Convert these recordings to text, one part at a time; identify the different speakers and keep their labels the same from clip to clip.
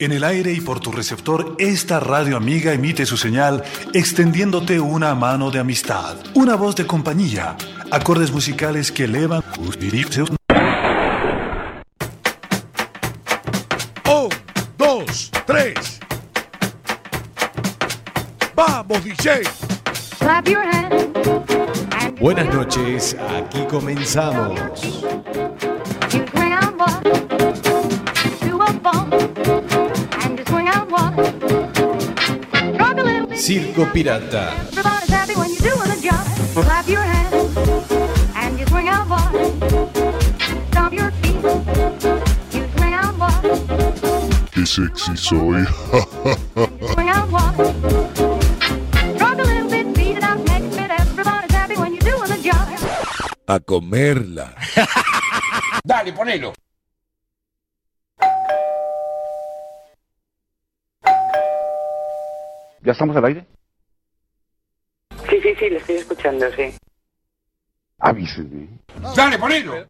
Speaker 1: En el aire y por tu receptor, esta radio amiga emite su señal extendiéndote una mano de amistad, una voz de compañía, acordes musicales que elevan...
Speaker 2: Un, dos, tres. Vamos, DJ.
Speaker 3: Clap your hands. and
Speaker 4: Buenas noches, aquí comenzamos.
Speaker 3: You swing out one, two up one, and you swing out one. Rock a little bit.
Speaker 4: Circo Pirata.
Speaker 3: Everybody's happy when you're doing a job. Clap your hands and you swing out one. Stomp your feet. You swing out one.
Speaker 5: Qué sexy soy.
Speaker 3: You swing out one. Rock a little bit. Beat it out next bit. Everybody's happy when you're doing a job.
Speaker 2: A comerla.
Speaker 6: Dale, ponelo.
Speaker 7: ¿Ya estamos al aire?
Speaker 8: Sí, sí, sí, lo estoy escuchando, sí.
Speaker 7: Avísenme.
Speaker 6: Dale, ponelo.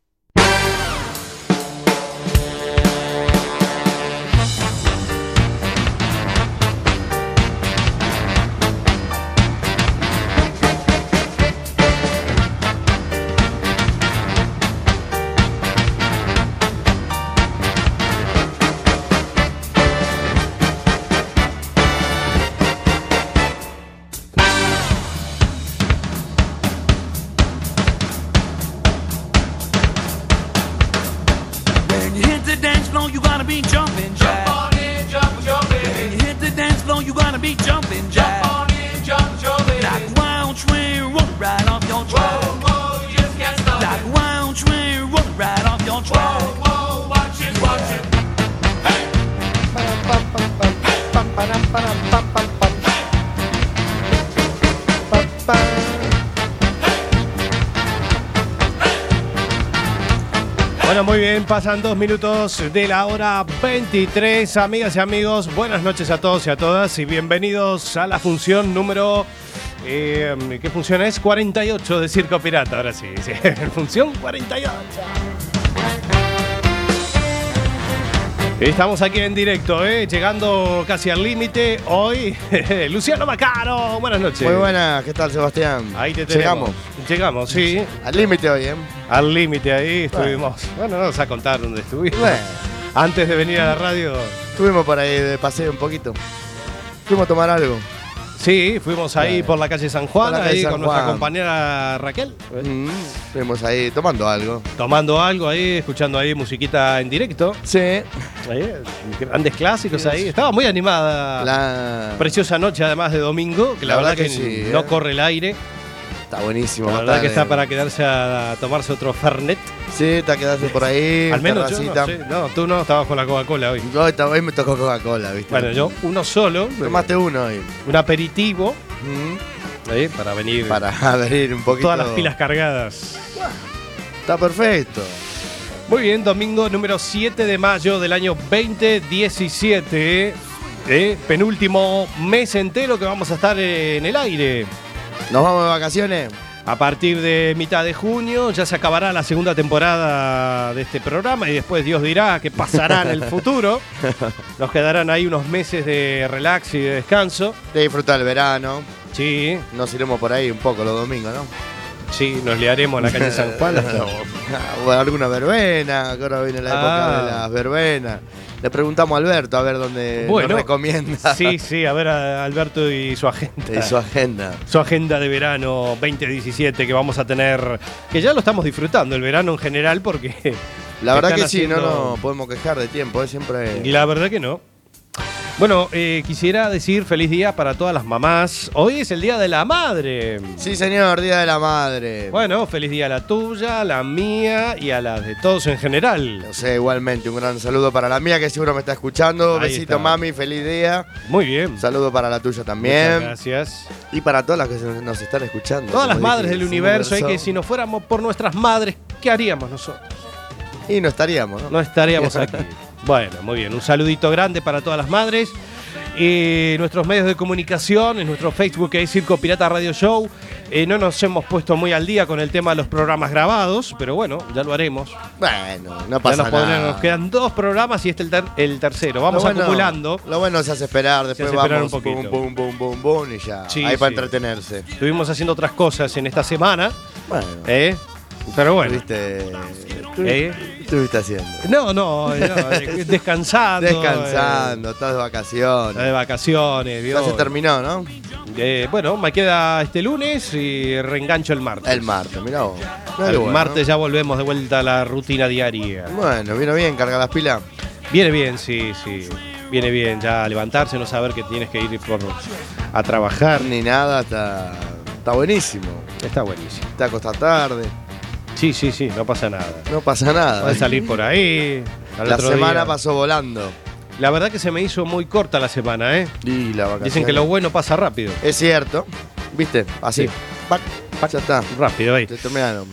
Speaker 9: When you hit the dance floor, you gotta be jumping jack. Jump on in, jump, jump When you hit the dance floor, you gotta be jumping jack. Jump on in, jump, jump Like a wild train rolling right off your track. Whoa, whoa, you just can't stop Like a wild train rolling right off your track. Whoa, whoa, oh, watch it, watch it.
Speaker 4: Bueno, muy bien, pasan dos minutos de la hora 23. Amigas y amigos, buenas noches a todos y a todas y bienvenidos a la función número... eh, ¿Qué función es? 48 de Circo Pirata, ahora sí. sí. Función 48. Estamos aquí en directo, eh, llegando casi al límite hoy. Luciano Macaro, buenas noches.
Speaker 10: Muy buenas, ¿qué tal Sebastián?
Speaker 4: Ahí te tenemos.
Speaker 10: Llegamos
Speaker 4: Llegamos, sí.
Speaker 10: al límite hoy, ¿eh?
Speaker 4: Al límite ahí estuvimos. Bueno, no nos va a contar dónde estuvimos.
Speaker 10: Bueno.
Speaker 4: Antes de venir a la radio,
Speaker 10: Estuvimos por ahí de paseo un poquito. Fuimos a tomar algo.
Speaker 4: sí, fuimos ahí por la calle San Juan,
Speaker 10: Por la calle
Speaker 4: ahí
Speaker 10: San
Speaker 4: con nuestra
Speaker 10: Juan.
Speaker 4: compañera Raquel,
Speaker 10: Mm, Estuvimos ahí tomando algo.
Speaker 4: tomando algo ahí, escuchando ahí musiquita en directo,
Speaker 10: Sí.
Speaker 4: ahí, grandes clásicos ahí. Estaba muy animada.
Speaker 10: La...
Speaker 4: Preciosa noche además de domingo, que la, verdad, que,
Speaker 10: sí,
Speaker 4: no
Speaker 10: eh.
Speaker 4: corre el aire.
Speaker 10: Está buenísimo.
Speaker 4: La
Speaker 10: más
Speaker 4: verdad
Speaker 10: tarde.
Speaker 4: que está para quedarse a tomarse otro Fernet.
Speaker 10: Sí, te quedaste por ahí.
Speaker 4: Al menos yo no,
Speaker 10: terracita.
Speaker 4: sé. no, tú no, estabas con la Coca-Cola hoy.
Speaker 10: Yo esta- hoy me tocó Coca-Cola, ¿viste?
Speaker 4: Bueno, yo uno solo,
Speaker 10: Tomaste uno hoy.
Speaker 4: un aperitivo
Speaker 10: Mm,
Speaker 4: ahí, para venir
Speaker 10: Para abrir un poquito.
Speaker 4: todas las pilas cargadas.
Speaker 10: Está perfecto.
Speaker 4: Muy bien, domingo número 7 de mayo del año 2017. eh, penúltimo mes entero que vamos a estar en el aire.
Speaker 10: ¿Nos vamos de vacaciones?
Speaker 4: A partir de mitad de junio ya se acabará la segunda temporada de este programa y después Dios dirá qué pasará en el futuro. Nos quedarán ahí unos meses de relax y de descanso.
Speaker 10: Te disfrutar el verano.
Speaker 4: Sí,
Speaker 10: Nos iremos por ahí un poco los domingos, ¿no?
Speaker 4: sí, nos liaremos en la calle San Juan hasta
Speaker 10: Ah, o alguna verbena, que ahora viene la época
Speaker 4: Ah.
Speaker 10: de las verbenas. Le preguntamos a Alberto a ver dónde
Speaker 4: Bueno.
Speaker 10: nos recomienda
Speaker 4: Sí, sí, a ver a Alberto y su agenda.
Speaker 10: en su agenda.
Speaker 4: Su agenda de verano 2017 que vamos a tener, que ya lo estamos disfrutando, el verano en general, porque
Speaker 10: La verdad
Speaker 4: Están
Speaker 10: que sí, no
Speaker 4: haciendo-
Speaker 10: nos podemos quejar de tiempo, ¿eh? siempre.
Speaker 4: la verdad que no. Bueno, eh, quisiera decir feliz día para todas las mamás. Hoy es el Día de la Madre.
Speaker 10: Sí, señor, Día de la Madre.
Speaker 4: Bueno, feliz día a la tuya, a la mía y a las de todos en general.
Speaker 10: No sé, igualmente, un gran saludo para la mía que seguro me está escuchando.
Speaker 4: Ahí
Speaker 10: Besito,
Speaker 4: está.
Speaker 10: mami, feliz día.
Speaker 4: Muy bien.
Speaker 10: Un saludo para la tuya
Speaker 4: Muchas
Speaker 10: también.
Speaker 4: gracias.
Speaker 10: Y para todas las que se- nos están escuchando.
Speaker 4: Todas las
Speaker 10: como
Speaker 4: madres
Speaker 10: dije,
Speaker 4: del
Speaker 10: es un
Speaker 4: universo, hay que
Speaker 10: universo.
Speaker 4: si no fuéramos por nuestras madres, ¿qué haríamos nosotros?
Speaker 10: Y no estaríamos, ¿no?
Speaker 4: no estaríamos aquí. Bueno, muy bien. Un saludito grande para todas las madres. eh, nuestros medios de comunicación, en nuestro Facebook que es Circo Pirata Radio Show. Eh, no nos hemos puesto muy al día con el tema de los programas grabados, pero bueno, ya lo haremos.
Speaker 10: Bueno, no
Speaker 4: Ya
Speaker 10: pasa nada.
Speaker 4: nos, podremos- nos quedan dos programas y este el, ter- el tercero.
Speaker 10: Lo
Speaker 4: Vamos
Speaker 10: bueno-
Speaker 4: acumulando.
Speaker 10: Lo bueno se hace esperar, después
Speaker 4: hace esperar
Speaker 10: vamos
Speaker 4: un poquito.
Speaker 10: boom, boom, boom, boom, boom y ya.
Speaker 4: Sí,
Speaker 10: Ahí para
Speaker 4: sí.
Speaker 10: entretenerse.
Speaker 4: Estuvimos haciendo otras cosas en esta semana.
Speaker 10: Bueno,
Speaker 4: ¿eh? Pero bueno.
Speaker 10: estuviste,
Speaker 4: ¿eh?
Speaker 10: estuviste haciendo.
Speaker 4: No, no, no, descansando. eh,
Speaker 10: Descansando, estás de
Speaker 4: estás de
Speaker 10: vacaciones.
Speaker 4: vacaciones.
Speaker 10: Ya se
Speaker 4: vio.
Speaker 10: terminó, ¿no?
Speaker 4: Eh, bueno, me queda este lunes y reengancho el martes.
Speaker 10: El martes, mirá vos.
Speaker 4: El
Speaker 10: Bueno.
Speaker 4: martes ya volvemos de vuelta a la rutina diaria.
Speaker 10: Bueno, vino bien, carga las pilas.
Speaker 4: Viene bien, sí, sí. Viene bien ya levantarse, no saber que tienes que ir por, a trabajar.
Speaker 10: Ni nada, está, está buenísimo.
Speaker 4: Está buenísimo.
Speaker 10: Te acostás tarde,
Speaker 4: Sí, sí, sí, no pasa nada.
Speaker 10: no pasa nada.
Speaker 4: Puedes salir por ahí. al
Speaker 10: La
Speaker 4: otro
Speaker 10: semana
Speaker 4: día.
Speaker 10: pasó volando.
Speaker 4: La verdad que se me hizo muy corta la semana, ¿eh?
Speaker 10: Y la vacación.
Speaker 4: Dicen que lo bueno pasa rápido.
Speaker 10: Es cierto, ¿viste? Así.
Speaker 4: Sí.
Speaker 10: Pac, Ya está.
Speaker 4: Rápido ahí.
Speaker 10: Te terminaron.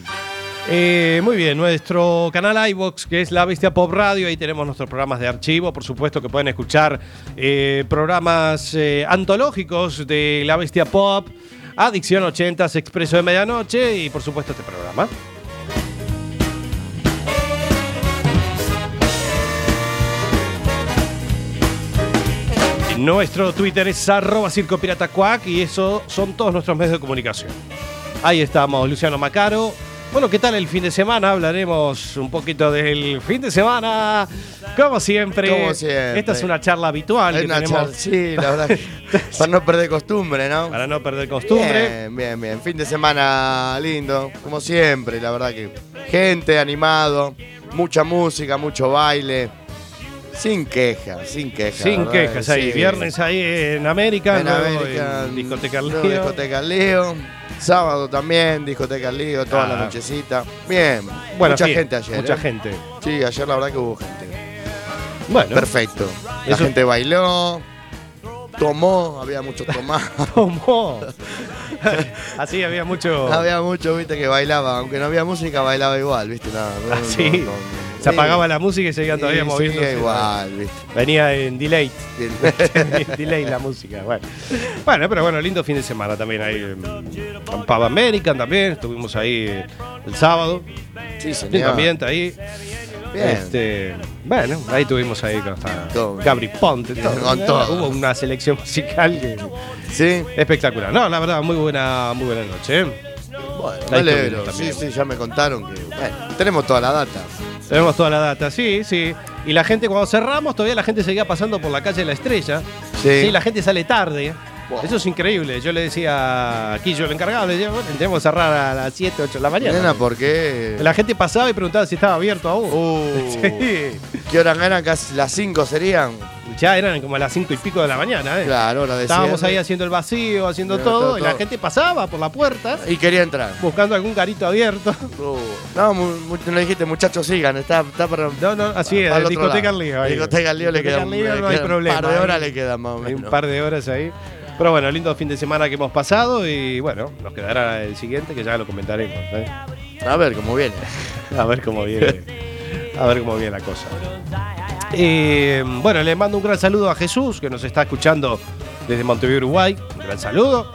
Speaker 4: Eh, muy bien, nuestro canal iBox, que es La Bestia Pop Radio, ahí tenemos nuestros programas de archivo, por supuesto que pueden escuchar eh, programas eh, antológicos de La Bestia Pop, Adicción 80s, Expreso de Medianoche y por supuesto este programa. Nuestro Twitter es arroba circopiratacuac y eso son todos nuestros medios de comunicación. Ahí estamos, Luciano Macaro. Bueno, ¿qué tal el fin de semana? Hablaremos un poquito del fin de semana. Como siempre.
Speaker 10: Como siempre.
Speaker 4: Esta es una charla habitual
Speaker 10: Hay
Speaker 4: que
Speaker 10: una
Speaker 4: tenemos
Speaker 10: char- Sí, la verdad. que- para no perder costumbre, ¿no?
Speaker 4: para no perder costumbre.
Speaker 10: Bien, bien, bien. Fin de semana lindo, como siempre, la verdad que. Gente, animado, mucha música, mucho baile. Sin quejas, sin quejas.
Speaker 4: Sin
Speaker 10: ¿verdad?
Speaker 4: quejas ahí.
Speaker 10: Sí.
Speaker 4: Viernes ahí en América,
Speaker 10: en
Speaker 4: luego
Speaker 10: América,
Speaker 4: en discoteca
Speaker 10: luego
Speaker 4: Lío.
Speaker 10: discoteca Leo. Sábado también, discoteca Lío, toda
Speaker 4: Ah.
Speaker 10: la nochecita. Bien,
Speaker 4: Buena
Speaker 10: mucha
Speaker 4: fiesta,
Speaker 10: gente ayer.
Speaker 4: Mucha
Speaker 10: ¿eh?
Speaker 4: gente.
Speaker 10: Sí, ayer la verdad que hubo gente.
Speaker 4: Bueno,
Speaker 10: Perfecto. La
Speaker 4: Eso-
Speaker 10: gente bailó, tomó, había mucho tomado.
Speaker 4: tomó. Así había mucho.
Speaker 10: Había mucho, viste, que bailaba, aunque no había música, bailaba igual, viste, no, no,
Speaker 4: Ah,
Speaker 10: no,
Speaker 4: sí.
Speaker 10: no, no.
Speaker 4: Se apagaba la música y seguían todavía
Speaker 10: Sí,
Speaker 4: moviendo.
Speaker 10: seguía igual, viste.
Speaker 4: Venía en delay.
Speaker 10: Bien.
Speaker 4: En delay la música. Bueno. bueno, pero bueno, lindo fin de semana también ahí. en Pava American también. Estuvimos ahí eh, el sábado.
Speaker 10: Sí,
Speaker 4: Bien
Speaker 10: señor.
Speaker 4: ambiente ahí.
Speaker 10: Bien.
Speaker 4: Este, bueno, ahí tuvimos ahí con hasta
Speaker 10: Todo.
Speaker 4: Gabri Ponte. todo.
Speaker 10: Con todo.
Speaker 4: Hubo una selección musical que-
Speaker 10: Sí,
Speaker 4: espectacular. No, la verdad, muy buena, muy buena noche. ¿eh?
Speaker 10: bueno, me
Speaker 4: Ahí
Speaker 10: alegro.
Speaker 4: también,
Speaker 10: Sí,
Speaker 4: también.
Speaker 10: sí, ya me contaron que. Bueno, tenemos toda la data.
Speaker 4: Tenemos toda la data, sí, sí. Y la gente, cuando cerramos, todavía la gente seguía pasando por la calle de la estrella.
Speaker 10: Sí.
Speaker 4: la gente sale tarde.
Speaker 10: Wow.
Speaker 4: Eso es increíble. Yo le decía aquí, yo el encargado, le decía, bueno, tenemos que cerrar a las 7, 8 de la mañana.
Speaker 10: Nena, ¿por qué?
Speaker 4: La gente pasaba y preguntaba si estaba abierto aún.
Speaker 10: Uh,
Speaker 4: Sí.
Speaker 10: ¿Qué horas eran? Casi las 5 serían.
Speaker 4: Ya eran como las 5 y pico de la mañana, ¿eh?
Speaker 10: Claro, hora de
Speaker 4: Estábamos ahí
Speaker 10: cierre.
Speaker 4: haciendo el vacío, haciendo
Speaker 10: Pero
Speaker 4: todo,
Speaker 10: todo,
Speaker 4: y la
Speaker 10: todo.
Speaker 4: gente pasaba por la puerta
Speaker 10: Y quería entrar.
Speaker 4: buscando algún garito abierto.
Speaker 10: Uh, no, mu- mu- no dijiste, muchachos, sigan. Está, está para.
Speaker 4: No, no, así es,
Speaker 10: Ah, para el otro
Speaker 4: Ah, discoteca
Speaker 10: lado.
Speaker 4: Lío. ahí.
Speaker 10: Discoteca Lío le
Speaker 4: Discoteca
Speaker 10: queda
Speaker 4: Lío no hay problema.
Speaker 10: Un par de horas
Speaker 4: ahí.
Speaker 10: le queda más o
Speaker 4: Hay
Speaker 10: menos.
Speaker 4: un par de horas ahí. Pero bueno, lindo fin de semana que hemos pasado y bueno, nos quedará el siguiente que ya lo comentaremos. ¿eh?
Speaker 10: A ver cómo viene.
Speaker 4: A ver cómo viene. A ver cómo viene la cosa. Eh, bueno, le mando un gran saludo a Jesús, que nos está escuchando desde Montevideo, Uruguay. Un gran saludo.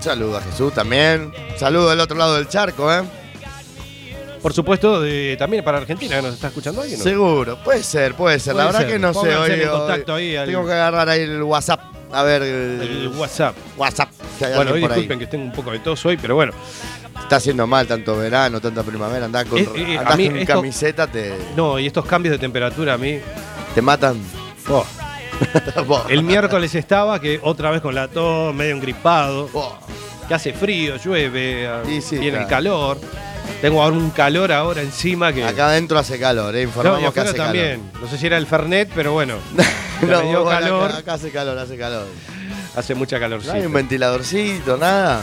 Speaker 10: Saludo a Jesús también. Saludo del otro lado del charco, ¿eh?
Speaker 4: Por supuesto, de- también para Argentina, que nos está escuchando alguien. ¿no?
Speaker 10: Seguro, puede ser, puede ser. La
Speaker 4: Puede
Speaker 10: verdad
Speaker 4: ser.
Speaker 10: que no sé.
Speaker 4: Pónganse
Speaker 10: Hoy,
Speaker 4: en
Speaker 10: hoy-
Speaker 4: contacto ahí al-
Speaker 10: Tengo que agarrar ahí el WhatsApp. A ver.
Speaker 4: El WhatsApp.
Speaker 10: WhatsApp. si hay
Speaker 4: Bueno, hoy
Speaker 10: alguien por ahí.
Speaker 4: disculpen que tengo un poco de tos hoy, pero bueno.
Speaker 10: Está haciendo mal tanto verano, tanta primavera. Andás con,
Speaker 4: Eh, eh,
Speaker 10: andás
Speaker 4: a mí
Speaker 10: con
Speaker 4: esto-
Speaker 10: camiseta, te,
Speaker 4: No, y estos cambios de temperatura a mí.
Speaker 10: te matan.
Speaker 4: oh.
Speaker 10: Vos.
Speaker 4: El miércoles estaba que otra vez con la tos, medio engripado.
Speaker 10: Vos.
Speaker 4: que hace frío, llueve,
Speaker 10: Y sí,
Speaker 4: viene el
Speaker 10: claro.
Speaker 4: calor. Tengo ahora un calor ahora encima que.
Speaker 10: Acá adentro hace calor, eh,
Speaker 4: No,
Speaker 10: informamos
Speaker 4: y
Speaker 10: que
Speaker 4: afuera
Speaker 10: hace
Speaker 4: también. No sé si era el Fernet, pero bueno.
Speaker 10: calor.
Speaker 4: Ya me dio
Speaker 10: bueno, acá-
Speaker 4: calor.
Speaker 10: Acá, hace calor, hace calor. No
Speaker 4: Hace mucha calorcita.
Speaker 10: hay un ventiladorcito, nada.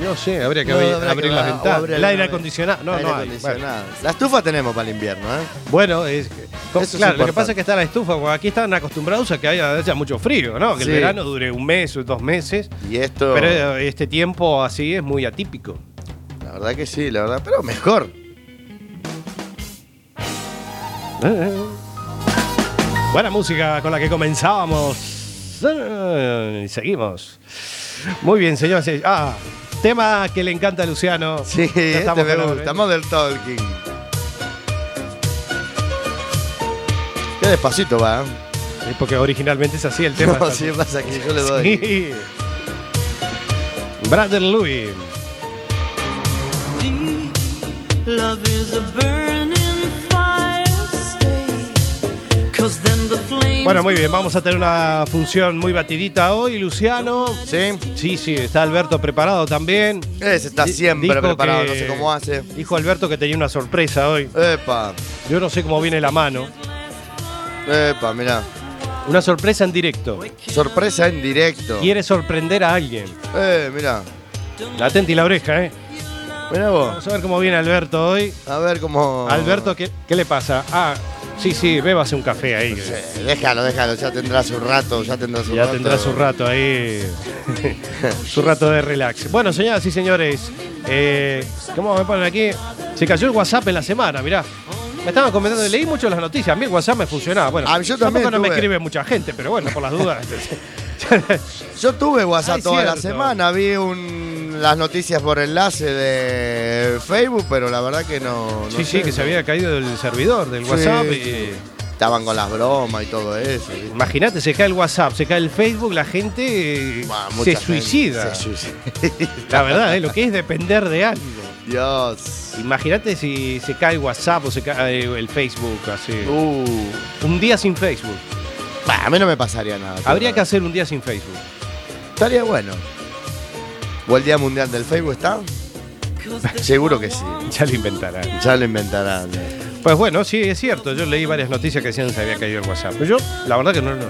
Speaker 4: No sé, habría que
Speaker 10: No,
Speaker 4: abrir,
Speaker 10: habrá que
Speaker 4: abrir las
Speaker 10: ver- o
Speaker 4: ventanas.
Speaker 10: abrir
Speaker 4: el
Speaker 10: alguna
Speaker 4: aire
Speaker 10: vez-
Speaker 4: acondicionado. No,
Speaker 10: aire
Speaker 4: no hay. Bueno,
Speaker 10: acondicionado. La estufa tenemos para el invierno, ¿eh?
Speaker 4: Bueno, es, que-
Speaker 10: Eso es
Speaker 4: claro, lo que
Speaker 10: importante.
Speaker 4: pasa es que está la estufa, porque aquí están acostumbrados a que haya, haya mucho frío, ¿no? Que
Speaker 10: Sí.
Speaker 4: el verano dure un mes o dos meses.
Speaker 10: Y esto,
Speaker 4: Pero este tiempo así es muy atípico.
Speaker 10: la verdad que sí, la verdad, pero mejor.
Speaker 4: Buena música con la que comenzábamos Eh, Y seguimos. Muy bien, señores. Ah, tema que le encanta a Luciano.
Speaker 10: Sí,
Speaker 4: Ya
Speaker 10: este me
Speaker 4: con la-
Speaker 10: gusta. Más del Tolkien. Qué despacito va. ¿eh?
Speaker 4: Sí, porque originalmente es así el tema.
Speaker 10: No, sí, pasa que yo le doy.
Speaker 4: Sí. Brother Louis.
Speaker 9: Love is a burning fire, stay. Cause then the flame.
Speaker 4: Bueno, muy bien, vamos a tener una función muy batidita hoy, Luciano.
Speaker 10: ¿Sí?
Speaker 4: Sí, sí, está Alberto preparado también.
Speaker 10: Ese está
Speaker 4: Di-
Speaker 10: siempre
Speaker 4: dijo
Speaker 10: preparado,
Speaker 4: que-
Speaker 10: no sé cómo hace.
Speaker 4: Dijo Alberto que tenía una sorpresa hoy.
Speaker 10: Epa,
Speaker 4: Yo no sé cómo viene la mano.
Speaker 10: epa, mirá.
Speaker 4: Una sorpresa en directo.
Speaker 10: Sorpresa en directo.
Speaker 4: Quiere sorprender a alguien.
Speaker 10: Eh, mirá.
Speaker 4: La atenta y la oreja, ¿eh?
Speaker 10: Mirá vos.
Speaker 4: Vamos a ver cómo viene Alberto hoy.
Speaker 10: A ver cómo.
Speaker 4: Alberto, ¿qué, qué le pasa? Ah, sí, sí, bébase un café ahí.
Speaker 10: Eh, déjalo, déjalo, ya tendrá su rato, ya tendrá su
Speaker 4: Ya
Speaker 10: rato.
Speaker 4: tendrá su rato ahí. su rato de relax. Bueno, señoras y señores, eh, ¿cómo me ponen aquí? Se cayó el WhatsApp en la semana, mirá. Me estaban comentando, leí mucho las noticias, a mí el WhatsApp me funcionaba. Bueno,
Speaker 10: Ah, yo también
Speaker 4: tampoco no me
Speaker 10: tuve.
Speaker 4: escribe mucha gente, pero bueno, por las dudas.
Speaker 10: Yo tuve WhatsApp
Speaker 4: Ay,
Speaker 10: toda la
Speaker 4: cierto.
Speaker 10: semana, vi un- las noticias por enlace de Facebook, pero la verdad que no. no
Speaker 4: sí, sí,
Speaker 10: sé,
Speaker 4: que se
Speaker 10: no.
Speaker 4: había caído del servidor del
Speaker 10: Sí,
Speaker 4: WhatsApp.
Speaker 10: sí.
Speaker 4: y-
Speaker 10: Estaban con las bromas y todo eso. ¿viste?
Speaker 4: Imagínate, se cae el WhatsApp, se cae el Facebook, la gente eh,
Speaker 10: Bah, mucha
Speaker 4: se
Speaker 10: gente
Speaker 4: suicida.
Speaker 10: se suicida.
Speaker 4: La verdad, eh, lo que es depender de algo.
Speaker 10: Dios.
Speaker 4: Imagínate si se cae el WhatsApp o se cae eh, el Facebook, así.
Speaker 10: Uh.
Speaker 4: Un día sin Facebook.
Speaker 10: Bah, a mí no me pasaría nada.
Speaker 4: Habría que
Speaker 10: hacer.
Speaker 4: hacer un día sin Facebook.
Speaker 10: Estaría bueno. ¿O el Día Mundial del Facebook está? Seguro que sí.
Speaker 4: Ya lo inventarán.
Speaker 10: Ya lo inventarán.
Speaker 4: Pues bueno, sí, es cierto. Yo leí varias noticias que decían que se había caído el WhatsApp. Pero yo, la verdad que no lo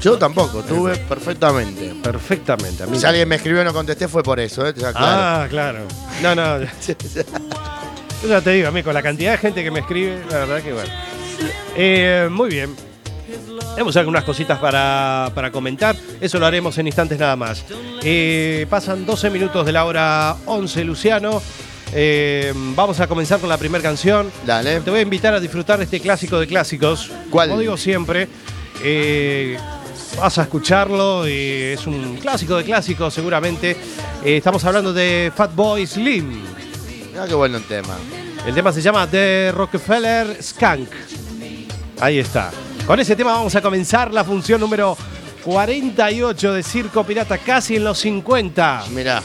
Speaker 10: Yo tampoco, tuve perfectamente.
Speaker 4: perfectamente. A mí-
Speaker 10: Si alguien me escribió y no contesté fue por eso, ¿eh? Ya, claro.
Speaker 4: Ah, claro. No, no. Yo ya te digo, a mí, con la cantidad de gente que me escribe, la verdad que bueno. Eh, muy bien. Tenemos algunas cositas para, para comentar. Eso lo haremos en instantes nada más. Eh, pasan 12 minutos de la hora 11, Luciano. Eh, vamos a comenzar con la primera canción.
Speaker 10: Dale.
Speaker 4: Te voy a invitar a disfrutar de este clásico de clásicos.
Speaker 10: ¿Cuál?
Speaker 4: Como digo siempre, eh, vas a escucharlo. y es un clásico de clásicos, seguramente. Eh, estamos hablando de Fatboy Slim.
Speaker 10: Ah, qué bueno el tema.
Speaker 4: El tema se llama The Rockefeller Skunk. Ahí está. Con ese tema vamos a comenzar la función número 48 de Circo Pirata, casi en los 50.
Speaker 10: Mirá,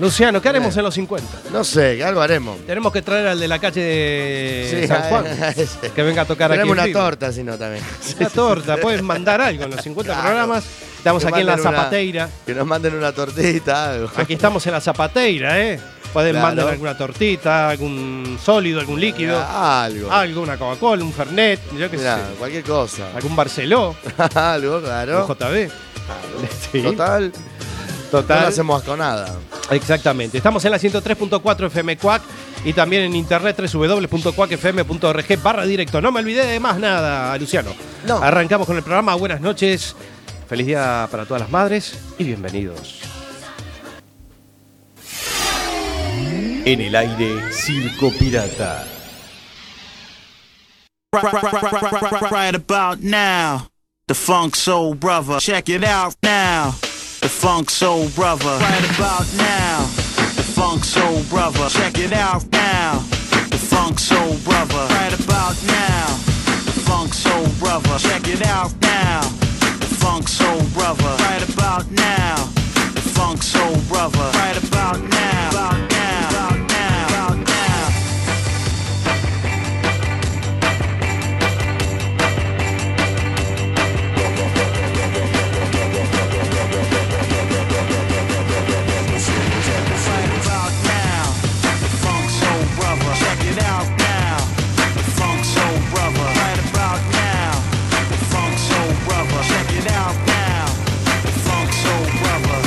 Speaker 4: Luciano, ¿qué
Speaker 10: Eh.
Speaker 4: haremos en los 50?
Speaker 10: no sé, algo haremos.
Speaker 4: Tenemos que traer al de la calle de
Speaker 10: Sí,
Speaker 4: San Juan.
Speaker 10: ese.
Speaker 4: Que venga a tocar
Speaker 10: Tenemos
Speaker 4: aquí. en
Speaker 10: una
Speaker 4: vivo.
Speaker 10: torta, si no, también.
Speaker 4: Una torta, puedes mandar algo en los 50
Speaker 10: Claro.
Speaker 4: programas. Estamos
Speaker 10: Que
Speaker 4: aquí en la
Speaker 10: manden una-
Speaker 4: Zapateira.
Speaker 10: que nos manden una tortita, algo.
Speaker 4: Aquí estamos en la Zapateira, ¿eh? Pueden
Speaker 10: Claro.
Speaker 4: mandar alguna tortita, algún sólido, algún líquido,
Speaker 10: Algo.
Speaker 4: algo, una Coca-Cola, un Fernet, yo qué
Speaker 10: Mirá,
Speaker 4: sé.
Speaker 10: cualquier cosa.
Speaker 4: Algún Barceló,
Speaker 10: algo, claro.
Speaker 4: un JB. Sí,
Speaker 10: Total, no
Speaker 4: total.
Speaker 10: lo hacemos con nada.
Speaker 4: Exactamente. Estamos en la 103.4 FM Cuac y también en internet www.cuacfm.org barra directo. No me olvidé de más nada, Luciano.
Speaker 10: No.
Speaker 4: Arrancamos con el programa. Buenas noches. Feliz día para todas las madres y bienvenidos.
Speaker 11: En el aire, Circo Pirata.
Speaker 9: Right, right, right, right, right, right, right about now. The Funk Soul Brother. Check it out now. The Funk Soul Brother. Right about now. The Funk Soul Brother. Check it out now. The Funk Soul Brother. Right about now. The Funk Soul Brother. Check it out now. The Funk Soul Brother. Right about now. The Funk Soul Brother. Right about now. About now. About now. About now. right about now. The Funk Soul Brother, check it out now. The Funk Soul Brother, right about now. The Funk Soul Brother, check it out now. The Funk Soul Brother.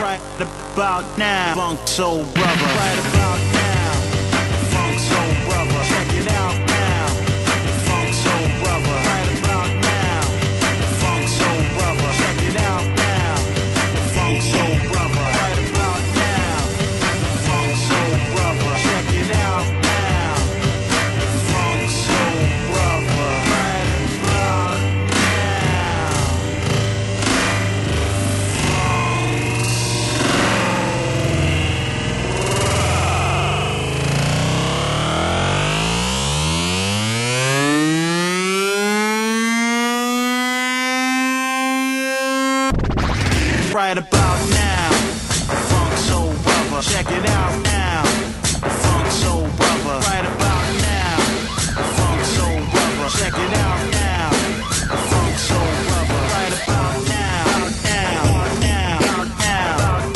Speaker 9: Right about now, funk soul brother. Right about now, funk soul brother. Check it out now, funk soul brother. Right about now, funk soul brother. Check it out now, funk soul brother. Right about now, funk soul brother. Check it out now, funk soul brother. Right about now. Right about now, funk soul brother, check it out now. Funk soul brother, right about now. Funk soul brother, check it out now. Funk soul brother, right about now. Now, now, now, now,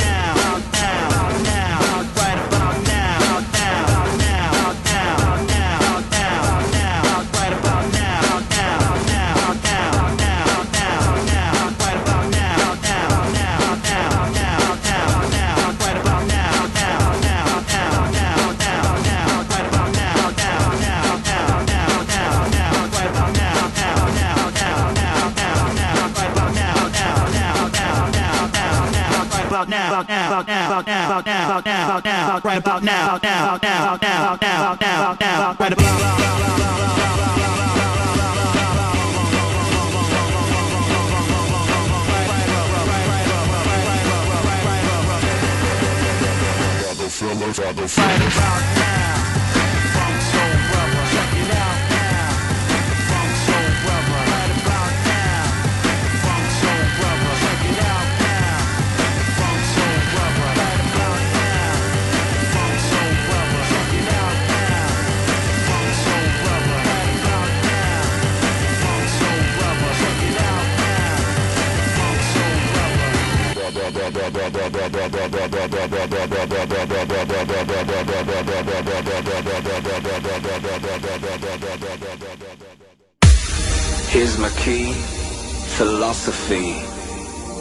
Speaker 9: now, now, now, right about now, now, now, now, now, now, now, right about now, now, now, now, now, now, now, right about now, now, now, now, now, now, now, right about now, now, now, now, now, now, now, right about now, now, now, now, now, now, now, right about now, now, now, now, now, now, now, right about now, now, now, now, now, now, now, right about now, now, now, now, now, now, now, right about now, now, now, now, now, now, now, right about
Speaker 12: Here's my key, philosophy.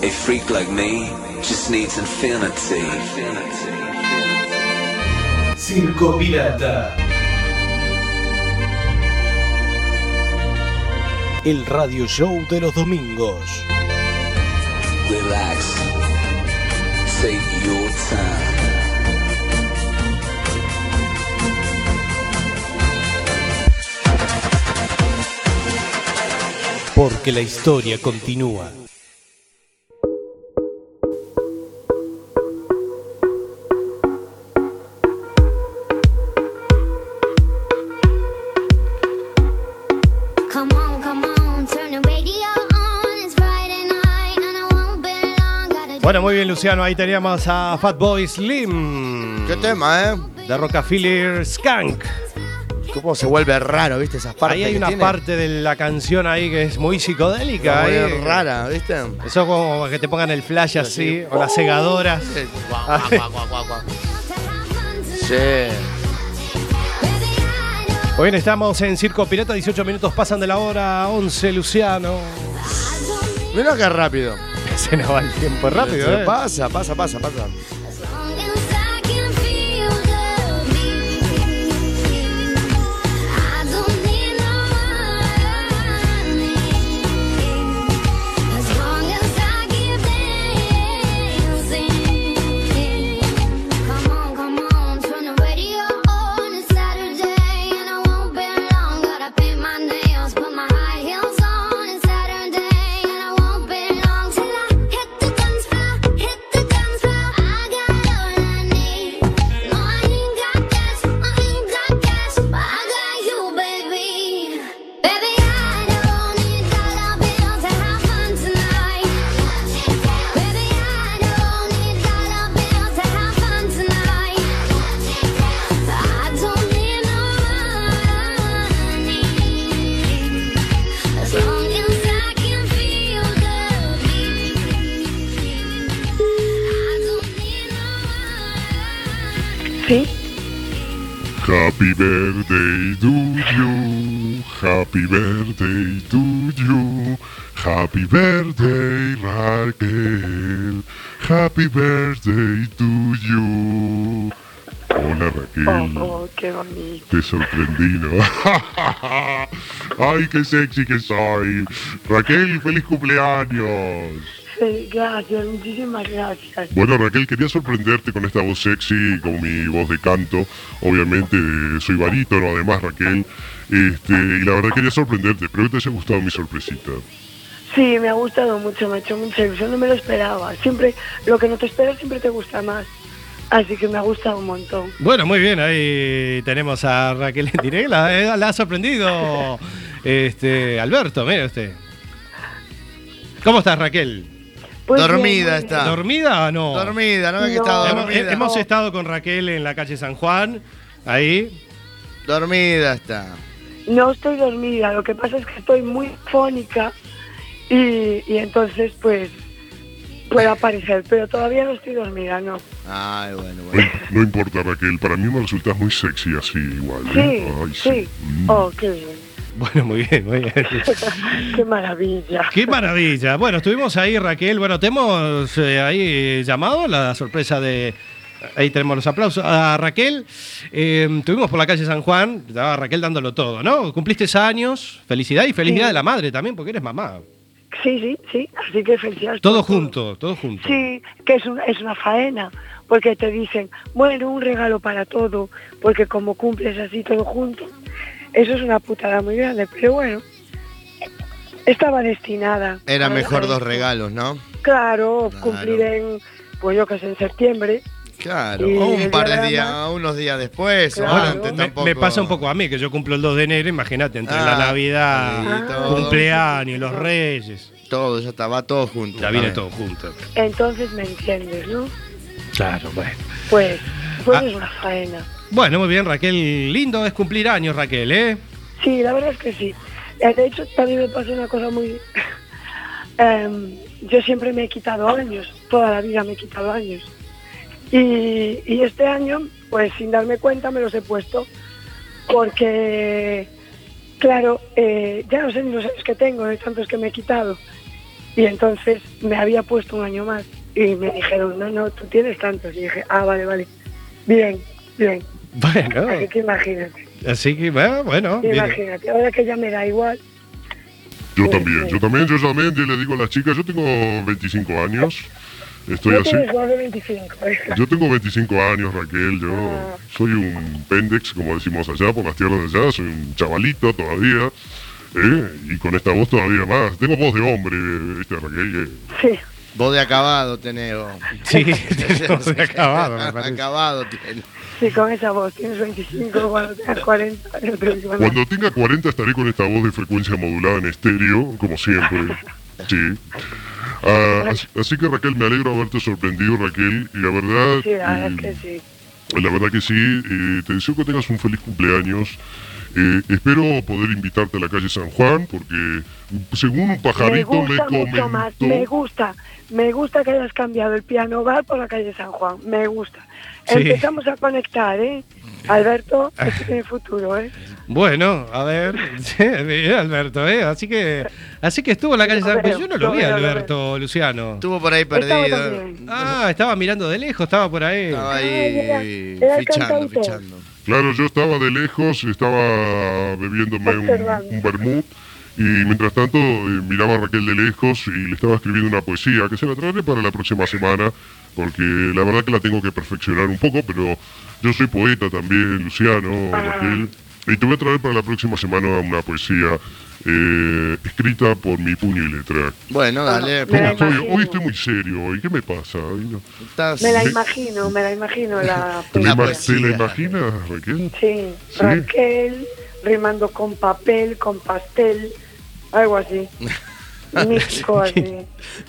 Speaker 12: A freak like me just needs infinity.
Speaker 11: Circo Pirata. El radio show de los domingos.
Speaker 12: Relax. Take your time.
Speaker 11: Porque la historia continúa.
Speaker 13: Come on, come on, turn the radio on. It's Friday night and I won't be long. Gotta
Speaker 4: Bueno, muy bien, Luciano. Ahí teníamos a Fatboy Slim. Qué tema, ¿eh? De Rockefeller Skunk.
Speaker 10: ¿Cómo se vuelve raro, viste? Esas partes.
Speaker 4: Ahí hay
Speaker 10: que
Speaker 4: una
Speaker 10: tiene.
Speaker 4: parte de la canción ahí que es muy psicodélica.
Speaker 10: Como
Speaker 4: ahí.
Speaker 10: es rara, ¿viste?
Speaker 4: Eso como que te pongan el flash así, o las segadoras.
Speaker 10: Sí.
Speaker 4: Ah,
Speaker 10: Guau, guau, guau, guau, guau. Sí.
Speaker 4: Muy bien, estamos en Circo Pirata, 18 minutos pasan de la hora 11, Luciano.
Speaker 10: Mirá que rápido.
Speaker 4: Se nos va el tiempo rápido,
Speaker 10: Se
Speaker 4: ¿eh?
Speaker 10: Pasa, pasa, pasa, pasa.
Speaker 13: I don't need no money. As long as I keep dancing. Come on, come on, turn the radio on. It's Saturday and I won't be long. Gotta paint my nails, put my high heels on. It's Saturday and I won't be long till I hit the guns, hit the guns, I got.
Speaker 14: Sí.
Speaker 5: Happy birthday to you, happy birthday to you, happy birthday Raquel, happy birthday to you. Hola Raquel,
Speaker 14: Oh, qué bonito.
Speaker 5: te sorprendí, ¿no? ¡Ay, qué sexy que soy! Raquel, feliz cumpleaños.
Speaker 14: Sí, gracias, muchísimas gracias.
Speaker 5: Bueno, Raquel, quería sorprenderte con esta voz sexy, con mi voz de canto. Obviamente eh, soy barítono, además, Raquel. Este, y la verdad quería sorprenderte. Espero que te haya gustado mi sorpresita.
Speaker 14: Sí, me ha gustado mucho, me ha hecho mucha ilusión, no me lo esperaba. Siempre, lo que no te esperas siempre te gusta más. Así que me ha gustado un montón.
Speaker 4: Bueno, muy bien, ahí tenemos a Raquel en directo, la, eh, la ha sorprendido este, Alberto, mire usted. ¿Cómo estás, Raquel?
Speaker 10: Pues bien, Dormida muy bien. está.
Speaker 4: ¿Dormida o no?
Speaker 10: Dormida, no ve que No. está
Speaker 4: Hemos-
Speaker 10: dormida.
Speaker 4: he- Hemos estado con Raquel en la calle San Juan, ahí.
Speaker 10: Dormida está.
Speaker 14: No estoy dormida, lo que pasa es que estoy muy fónica y, y entonces pues puede aparecer, pero todavía no estoy dormida, no.
Speaker 10: Ay, bueno,
Speaker 5: bueno. No importa, Raquel. Para mí me resultas muy sexy así, igual.
Speaker 14: Sí,
Speaker 5: ¿eh? Ay,
Speaker 14: sí. Oh, qué bien.
Speaker 4: Bueno, muy bien, muy bien.
Speaker 14: qué maravilla.
Speaker 4: Qué maravilla. Bueno, estuvimos ahí, Raquel. Bueno, te hemos eh, ahí llamado, la sorpresa de... Ahí tenemos los aplausos. A Raquel, eh, estuvimos por la calle San Juan, estaba Raquel dándolo todo, ¿no? Cumpliste años, felicidad y felicidad
Speaker 14: Sí.
Speaker 4: de la madre también, porque eres mamá.
Speaker 14: Sí, sí, sí, así que felicidades.
Speaker 4: Todo
Speaker 14: por
Speaker 4: junto, todo junto.
Speaker 14: Sí, que es una, es una faena, porque te dicen, bueno, un regalo para todo, porque como cumples así todo junto, eso es una putada muy grande, pero bueno, estaba destinada.
Speaker 10: Era
Speaker 14: a-
Speaker 10: mejor
Speaker 14: a-
Speaker 10: dos regalos, ¿no?
Speaker 14: Claro, cumplir en, pues yo que sé, en septiembre.
Speaker 10: Claro.
Speaker 14: Y
Speaker 10: O
Speaker 14: el
Speaker 10: un par
Speaker 14: día
Speaker 10: de
Speaker 14: de
Speaker 10: días,
Speaker 14: la
Speaker 10: unos días después, o
Speaker 4: Ahora,
Speaker 10: antes
Speaker 4: me,
Speaker 10: tampoco.
Speaker 4: me pasa un poco a mí, que yo cumplo el 2 de enero, imagínate, entre la
Speaker 10: Ah,
Speaker 4: Navidad,
Speaker 10: y todo.
Speaker 4: cumpleaños, los reyes.
Speaker 10: Todo, ya está, va todo junto.
Speaker 4: Ya viene
Speaker 10: Ah.
Speaker 4: todo junto.
Speaker 14: Entonces me entiendes, ¿no?
Speaker 4: Claro, bueno.
Speaker 14: Pues, pues
Speaker 4: Ah.
Speaker 14: es una faena.
Speaker 4: Bueno, muy bien, Raquel. Lindo es cumplir años, Raquel, ¿eh?
Speaker 14: Sí, la verdad es que sí. Eh, De hecho, también me pasó una cosa muy... Em, yo siempre me he quitado años, toda la vida me he quitado años. Y, y este año, pues sin darme cuenta, me los he puesto. Porque, claro, eh, ya no sé ni los años que tengo, de tantos que me he quitado. Y entonces me había puesto un año más. Y me dijeron, no, no, tú tienes tantos. Y dije, ah, vale, vale. Bien, bien.
Speaker 4: Bueno,
Speaker 14: Así que imagínate.
Speaker 4: así que, bueno, bueno, bien.
Speaker 14: Imagínate, ahora que ya me da igual,
Speaker 5: Yo también, yo también, yo también. Yo le digo a las chicas, yo tengo 25 años. Estoy
Speaker 14: yo
Speaker 5: así.
Speaker 14: tengo más de 25. ¿eh?
Speaker 5: Yo tengo 25 años, Raquel. Yo soy un pendex, como decimos allá, por las tierras de allá. Soy un chavalito todavía. ¿eh? Y con esta voz todavía más. Tengo voz de hombre, ¿viste, Raquel? eh.
Speaker 14: Sí.
Speaker 10: Vos de acabado tenés. vos.
Speaker 4: Sí, tenés voz de acabado, me parece.
Speaker 10: acabado tiene.
Speaker 14: Sí, con esa voz, tienes 25, cuando tengas 40, no te digo nada.
Speaker 5: Cuando tenga 40 estaré con esta voz de frecuencia modulada en estéreo, como siempre. Sí. Ah, as- así que Raquel, me alegro haberte sorprendido, Raquel. Y la verdad,
Speaker 14: Sí, la verdad es
Speaker 5: eh,
Speaker 14: que sí.
Speaker 5: La verdad que sí, eh, te deseo que tengas un feliz cumpleaños. Eh, espero poder invitarte a la calle San Juan, porque según un
Speaker 14: Me
Speaker 5: pajarito Mm, me,
Speaker 14: gusta mucho más, me
Speaker 5: comentó.
Speaker 14: gusta, me gusta que hayas cambiado el piano bar por la calle San Juan, me gusta.
Speaker 4: Sí.
Speaker 14: Empezamos a conectar, ¿eh? Alberto, este tiene futuro, ¿eh?
Speaker 4: Bueno, a ver, sí, bien, Alberto, ¿eh? Así que, así que estuvo en la calle San Juan. Yo no lo vi, a Alberto, Luciano.
Speaker 10: Estuvo por ahí
Speaker 14: Estaba
Speaker 10: perdido.
Speaker 14: también.
Speaker 4: Ah, estaba mirando de lejos, estaba por ahí.
Speaker 10: Estaba ahí
Speaker 14: era el
Speaker 10: fichando,
Speaker 14: cantautor.
Speaker 10: fichando.
Speaker 5: Claro, yo estaba de lejos, estaba bebiéndome un,
Speaker 14: Observando.
Speaker 5: un vermut. Y mientras tanto eh, miraba a Raquel de lejos y le estaba escribiendo una poesía que se la traeré para la próxima semana, porque la verdad que la tengo que perfeccionar un poco, pero yo soy poeta también, Luciano, Raquel. Y te voy a traer para la próxima semana una poesía eh, escrita por mi puño y letra.
Speaker 10: Bueno,
Speaker 14: Ah,
Speaker 10: dale.
Speaker 5: Hoy
Speaker 10: pero-
Speaker 5: estoy, hoy estoy muy serio, hoy, ¿qué me pasa? Ay, no.
Speaker 14: Me la
Speaker 5: Sí.
Speaker 14: imagino, me la imagino la
Speaker 5: ¿Te, la ima-
Speaker 14: poesía.
Speaker 5: te la imaginas, Raquel?
Speaker 14: Sí,
Speaker 5: Sí.
Speaker 14: Raquel rimando con papel, con pastel, algo así. Nico, así.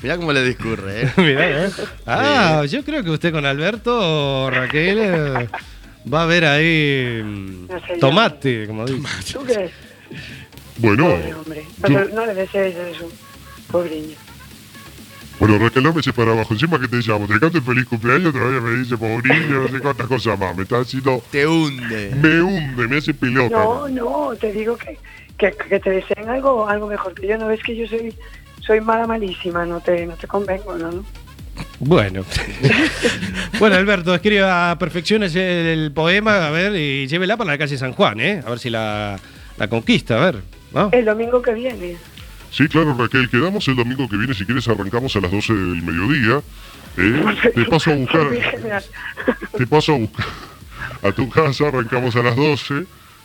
Speaker 10: Mirá cómo le discurre, ¿eh?
Speaker 4: Mirá, ¿eh? Ah, yo creo que usted con Alberto, Raquel, eh, va a ver ahí mm,
Speaker 14: No sé yo.
Speaker 4: tomate, como dice.
Speaker 14: ¿Tú crees?
Speaker 5: Bueno,
Speaker 14: Hombre,
Speaker 5: yo-
Speaker 14: no le desees eso, pobre niño.
Speaker 5: Bueno, Raquel no me dice para abajo. Encima que te llamo, te canto el feliz cumpleaños, todavía me dice pobrillo, no sé cuántas cosas más. Me está haciendo.
Speaker 10: Te hunde.
Speaker 5: Me hunde, me hace pelota.
Speaker 14: No, no, te digo que, que, que te deseen algo, algo mejor que yo. No ves que yo soy, soy mala, malísima, no te, no te convengo, ¿no? no?
Speaker 4: Bueno. bueno, Alberto, escriba a perfección ese- el poema, a ver, y llévela para la calle San Juan, ¿eh? A ver si la, la conquista, a ver. ¿no?
Speaker 14: El domingo que viene.
Speaker 5: Sí, claro, Raquel, quedamos el domingo que viene. Si quieres, arrancamos a las 12 del mediodía. ¿eh? Te paso a buscar.
Speaker 14: Muy genial.
Speaker 5: Te paso a buscar a tu casa, arrancamos a las 12,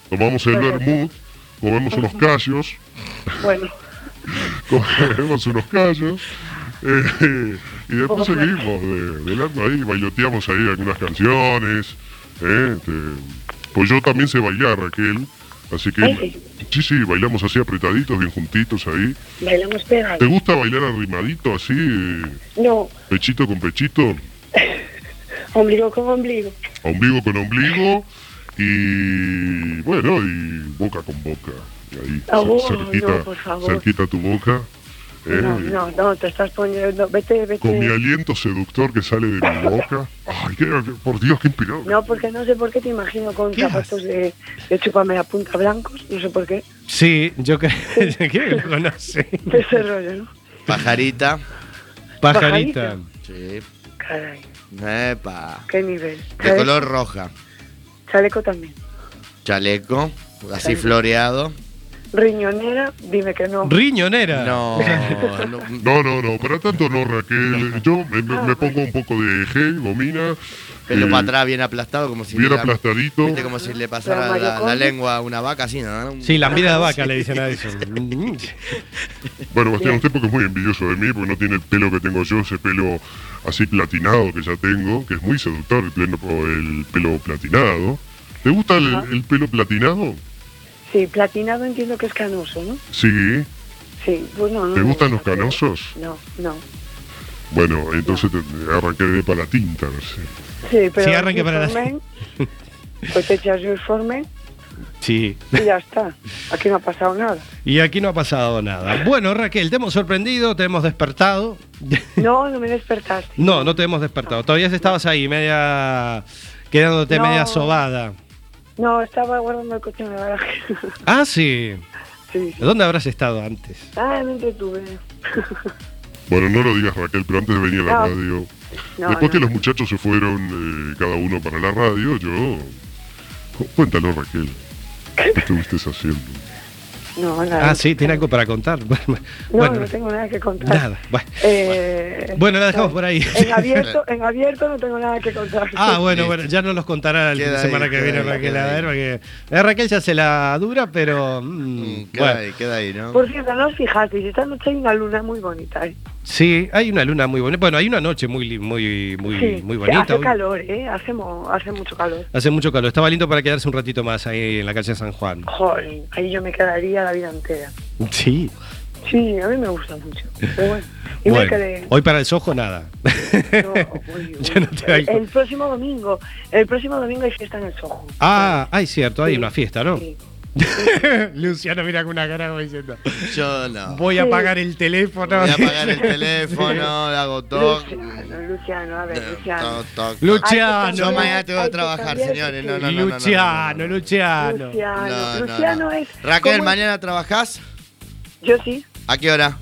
Speaker 5: tomamos el vermut, comemos unos callos,
Speaker 14: Bueno,
Speaker 5: comemos unos callos, eh, y después seguimos de, delante ahí, bailoteamos ahí algunas canciones. eh, este, pues yo también sé bailar, Raquel, así que...
Speaker 14: Ay,
Speaker 5: Sí, sí, bailamos así apretaditos, bien juntitos ahí.
Speaker 14: bailamos pegados.
Speaker 5: ¿Te gusta bailar arrimadito así, eh,
Speaker 14: No,
Speaker 5: pechito con pechito?
Speaker 14: ombligo con ombligo.
Speaker 5: ombligo con ombligo y bueno y boca con boca y ahí
Speaker 14: Ah,
Speaker 5: cer-
Speaker 14: bueno,
Speaker 5: cerquita
Speaker 14: no, por favor.
Speaker 5: cerquita tu boca eh,
Speaker 14: No, no, no, te estás poniendo. Vete,
Speaker 5: con mi
Speaker 14: vete.
Speaker 5: aliento seductor que sale de mi boca ay qué- qué- por Dios qué inspirado
Speaker 14: No, porque no sé por qué te imagino con zapatos de, de chupame la punta blancos, no sé por qué.
Speaker 4: Sí, yo creo creo que lo conoce.
Speaker 14: De ese rollo, ¿no?
Speaker 10: Pajarita.
Speaker 4: Pajarita.
Speaker 10: Sí.
Speaker 14: Caray,
Speaker 10: Epa.
Speaker 14: qué nivel.
Speaker 10: De
Speaker 14: Chaleco-
Speaker 10: color roja.
Speaker 14: Chaleco también.
Speaker 10: Chaleco. Así
Speaker 14: Chaleco.
Speaker 10: floreado.
Speaker 14: Riñonera, dime que no.
Speaker 4: Riñonera.
Speaker 10: No.
Speaker 5: no no no para tanto no Raquel yo me, me- me pongo un poco de gel gomina
Speaker 10: Pelo
Speaker 5: eh,
Speaker 10: para atrás, bien aplastado, como si
Speaker 5: bien
Speaker 10: le-
Speaker 5: aplastadito.
Speaker 10: Viste como si le pasara
Speaker 14: Pero
Speaker 10: la,
Speaker 14: Mario
Speaker 10: la
Speaker 14: Conde.
Speaker 10: lengua a una vaca así, ¿no?
Speaker 4: Sí, la vida de vaca
Speaker 10: Sí.
Speaker 4: le dicen a eso. Mm.
Speaker 5: Bueno, Bastián,
Speaker 14: Bien.
Speaker 5: usted porque es muy envidioso de mí, porque no tiene el pelo que tengo yo, ese pelo así platinado que ya tengo, que es muy seductor el, pleno- el pelo platinado. ¿Te gusta el, el pelo platinado?
Speaker 14: Sí, platinado entiendo que es canoso, ¿no?
Speaker 5: Sí.
Speaker 14: Sí, pues no, no.
Speaker 5: ¿Te
Speaker 14: me
Speaker 5: gustan los
Speaker 14: gusta, pero-
Speaker 5: canosos?
Speaker 14: No, no.
Speaker 5: Bueno, entonces te- arranqué de para la tinta, no sé.
Speaker 14: Sí, pero.
Speaker 4: Sí, arranque para la-
Speaker 14: uniforme, Pues te echas uniforme
Speaker 4: Sí.
Speaker 14: y ya está. Aquí no ha pasado nada.
Speaker 4: Y aquí no ha pasado nada. Bueno, Raquel, te hemos sorprendido, te hemos despertado.
Speaker 14: No, no me despertaste.
Speaker 4: No, no te hemos despertado. Todavía estabas ahí, media. quedándote
Speaker 14: No.
Speaker 4: media sobada.
Speaker 14: No, estaba guardando el coche en el garaje.
Speaker 4: Ah, sí.
Speaker 14: Sí.
Speaker 4: ¿Dónde habrás estado antes?
Speaker 14: Ah, me entretuve.
Speaker 5: Bueno, no lo digas, Raquel, pero antes de venir a la
Speaker 14: No.
Speaker 5: radio.
Speaker 14: No,
Speaker 5: Después
Speaker 14: no.
Speaker 5: que los muchachos se fueron eh, cada uno para la radio, yo. Cu- Cuéntalo, Raquel. ¿Qué estuviste haciendo?
Speaker 14: No, nada.
Speaker 4: Ah, sí, tiene algo para contar. Bueno,
Speaker 14: No,
Speaker 4: bueno,
Speaker 14: no tengo nada que contar.
Speaker 4: nada. Bueno,
Speaker 14: Eh,
Speaker 4: Bueno, la dejamos por ahí.
Speaker 14: En abierto, en abierto no tengo nada que contar.
Speaker 4: Ah, bueno, bueno, ya nos los contará la
Speaker 10: Queda ahí,
Speaker 4: semana que
Speaker 10: queda
Speaker 4: viene
Speaker 10: ahí,
Speaker 4: Raquel.
Speaker 10: queda
Speaker 4: A ver, porque eh, Raquel ya se la dura, pero. mm,
Speaker 10: Queda
Speaker 4: bueno.
Speaker 10: ahí, queda ahí, ¿no?
Speaker 14: Por cierto, no os fijasteis, esta noche hay una luna muy bonita, ¿eh?
Speaker 4: Sí, hay una luna muy bonita. Bueno, hay una noche muy, li- muy, muy,
Speaker 14: Sí,
Speaker 4: muy
Speaker 14: que
Speaker 4: bonita.
Speaker 14: Hace
Speaker 4: hoy.
Speaker 14: calor, ¿eh? Hace, mo- hace mucho calor.
Speaker 4: Hace mucho calor. Estaba lindo para quedarse un ratito más ahí en la calle de San Juan.
Speaker 14: Joder, ahí yo me quedaría la vida entera.
Speaker 4: Sí.
Speaker 14: Sí, a mí me gusta mucho. Pero bueno, y me
Speaker 4: Bueno,
Speaker 14: quedé.
Speaker 4: hoy para el sojo nada.
Speaker 14: No, uy, uy.
Speaker 4: Ya no te
Speaker 14: el,
Speaker 4: da-
Speaker 14: el próximo domingo, el próximo domingo hay fiesta en el Soho.
Speaker 4: Ah, hay cierto, hay una fiesta, ¿no?
Speaker 14: Sí.
Speaker 4: Luciano mira con una cara como diciendo,
Speaker 10: Yo no. Voy
Speaker 4: voy a apagar el teléfono.
Speaker 10: a apagar el teléfono, le hago toc.
Speaker 14: Luciano, Luciano, a ver, Luciano.
Speaker 10: toc, toc, toc.
Speaker 4: Luciano.
Speaker 10: Yo mañana tengo
Speaker 14: Hay
Speaker 10: que
Speaker 14: que
Speaker 10: trabajar,
Speaker 14: cambiar de
Speaker 10: señores.
Speaker 14: tema.
Speaker 10: No, no, no, no, no, no,
Speaker 4: Luciano,
Speaker 10: no, no.
Speaker 4: Luciano.
Speaker 14: Luciano,
Speaker 10: No, no,
Speaker 14: Luciano
Speaker 10: no.
Speaker 14: es.
Speaker 10: Raquel,
Speaker 14: ¿cómo es?
Speaker 10: ¿mañana trabajás?
Speaker 14: Yo sí,
Speaker 10: ¿A qué hora?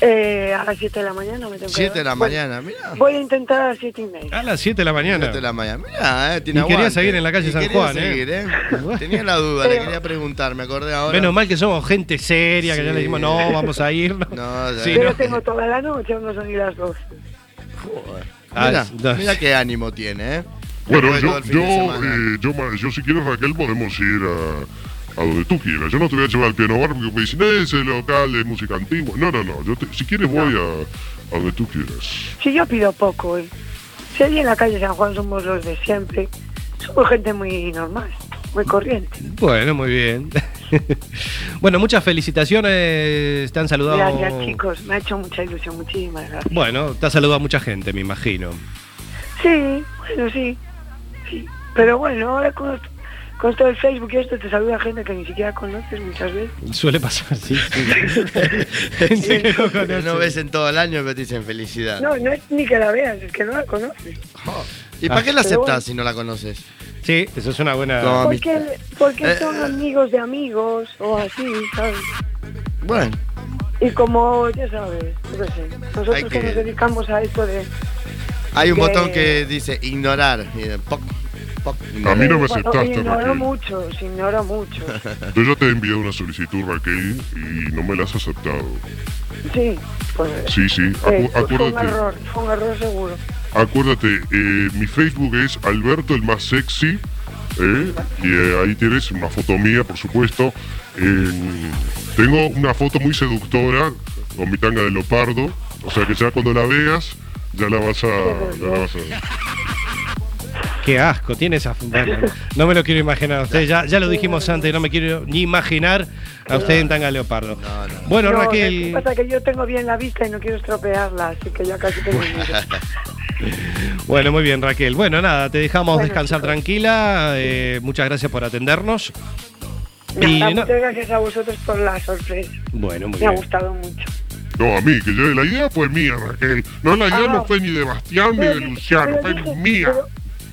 Speaker 14: eh, a las 7 de la mañana me tengo que
Speaker 10: 7 de la
Speaker 14: levantar.
Speaker 10: mañana, mira.
Speaker 14: Voy a intentar a las 7 y
Speaker 10: Ah,
Speaker 14: media.
Speaker 4: A las 7 de la mañana.
Speaker 10: 7 de la mañana, mira, eh, tiene
Speaker 4: Y quería
Speaker 10: aguante.
Speaker 4: seguir en la calle
Speaker 10: Y
Speaker 4: San
Speaker 10: quería
Speaker 4: Juan, eh.
Speaker 10: seguir, eh. Tenía la duda, le quería preguntar, me acordé ahora.
Speaker 4: Menos mal que somos gente seria, que ya le dijimos,
Speaker 10: Sí.
Speaker 4: no, vamos a ir.
Speaker 10: No, ya-
Speaker 4: Sí,
Speaker 14: Pero
Speaker 4: no.
Speaker 14: tengo toda la noche, aún no son ni las 12.
Speaker 10: Mira,
Speaker 4: Ah, no.
Speaker 10: mira qué ánimo tiene, eh.
Speaker 5: Bueno,
Speaker 10: Después de todo el
Speaker 5: yo,
Speaker 10: fin
Speaker 5: yo,
Speaker 10: de semana.
Speaker 5: eh, yo, ma- yo si quieres, Raquel, podemos ir a, a donde tú quieras. Yo no te voy a llevar al piano bar porque me dicen, "Eh, es el local de música antigua. No, no, no. Yo te- si quieres, voy a, a donde tú quieras.
Speaker 14: Si yo pido poco, ¿eh? Si allí en la calle San Juan somos los de siempre, somos gente muy normal, muy corriente.
Speaker 4: Bueno, muy bien. bueno, muchas felicitaciones. Te han saludado.
Speaker 14: Gracias, chicos, me ha hecho mucha ilusión, muchísimas gracias.
Speaker 4: Bueno, te ha saludado mucha gente, me imagino.
Speaker 14: Sí, bueno, sí. sí. Pero bueno, ahora con los, con esto del Facebook y esto te saluda gente que ni siquiera conoces muchas veces.
Speaker 4: Suele pasar, sí.
Speaker 10: Gente que no, conoce. No ves en todo el año, pero te dicen felicidad.
Speaker 14: No, no es ni que la veas, es que no la conoces.
Speaker 10: ¿Y para qué la
Speaker 14: Ah. Pero
Speaker 10: aceptas
Speaker 14: bueno.
Speaker 10: si no la conoces?
Speaker 4: Sí, eso es una buena.
Speaker 10: No, amist-
Speaker 14: Porque, porque
Speaker 10: Eh,
Speaker 14: son amigos de amigos o así, ¿sabes?
Speaker 10: Bueno,
Speaker 14: Y como, ya sabes, yo qué sé,
Speaker 10: Hay
Speaker 14: nosotros que...
Speaker 10: que-
Speaker 14: nos dedicamos a esto de...
Speaker 10: hay un
Speaker 14: de-
Speaker 10: botón que dice ignorar. y de poc, poc,
Speaker 5: A mí no me
Speaker 14: eh, Bueno,
Speaker 5: aceptaste,
Speaker 14: Ignoro
Speaker 5: Raquel.
Speaker 14: mucho, os ignoro mucho.
Speaker 5: Yo ya te he enviado una solicitud, Raquel, y no me la has aceptado.
Speaker 14: Sí, pues...
Speaker 5: Sí, sí, acu-
Speaker 14: eh, fue un
Speaker 5: acuérdate.
Speaker 14: error, fue un error seguro.
Speaker 5: Acuérdate, eh, mi Facebook es Alberto el más sexy. ¿eh? Y eh, ahí tienes una foto mía, por supuesto. Eh, tengo una foto muy seductora con mi tanga de leopardo. O sea que ya cuando la veas, ya la vas a. ya la vas a-
Speaker 4: Qué asco, tiene esa. bueno, no me lo quiero imaginar a usted. Ya, ya lo dijimos antes, no me quiero ni imaginar a usted en tanga leopardo. Bueno,
Speaker 14: No,
Speaker 4: Raquel.
Speaker 14: Lo que pasa es que yo tengo bien la vista y no quiero estropearla, así que ya casi tengo miedo.
Speaker 4: Bueno, muy bien, Raquel. Bueno, nada, te dejamos descansar tranquila. eh, muchas gracias por atendernos. Y
Speaker 14: Nada,
Speaker 4: no-
Speaker 14: Muchas gracias a vosotros por la sorpresa.
Speaker 4: bueno, muy
Speaker 14: Me ha
Speaker 4: bien.
Speaker 14: gustado mucho.
Speaker 5: No, a mí, que yo, la idea fue mía, Raquel. No, la idea
Speaker 14: Ah.
Speaker 5: no fue ni de Bastián ni de
Speaker 14: Pero-
Speaker 5: Luciano,
Speaker 14: pero
Speaker 5: fue
Speaker 14: dije-
Speaker 5: mía.
Speaker 14: Pero,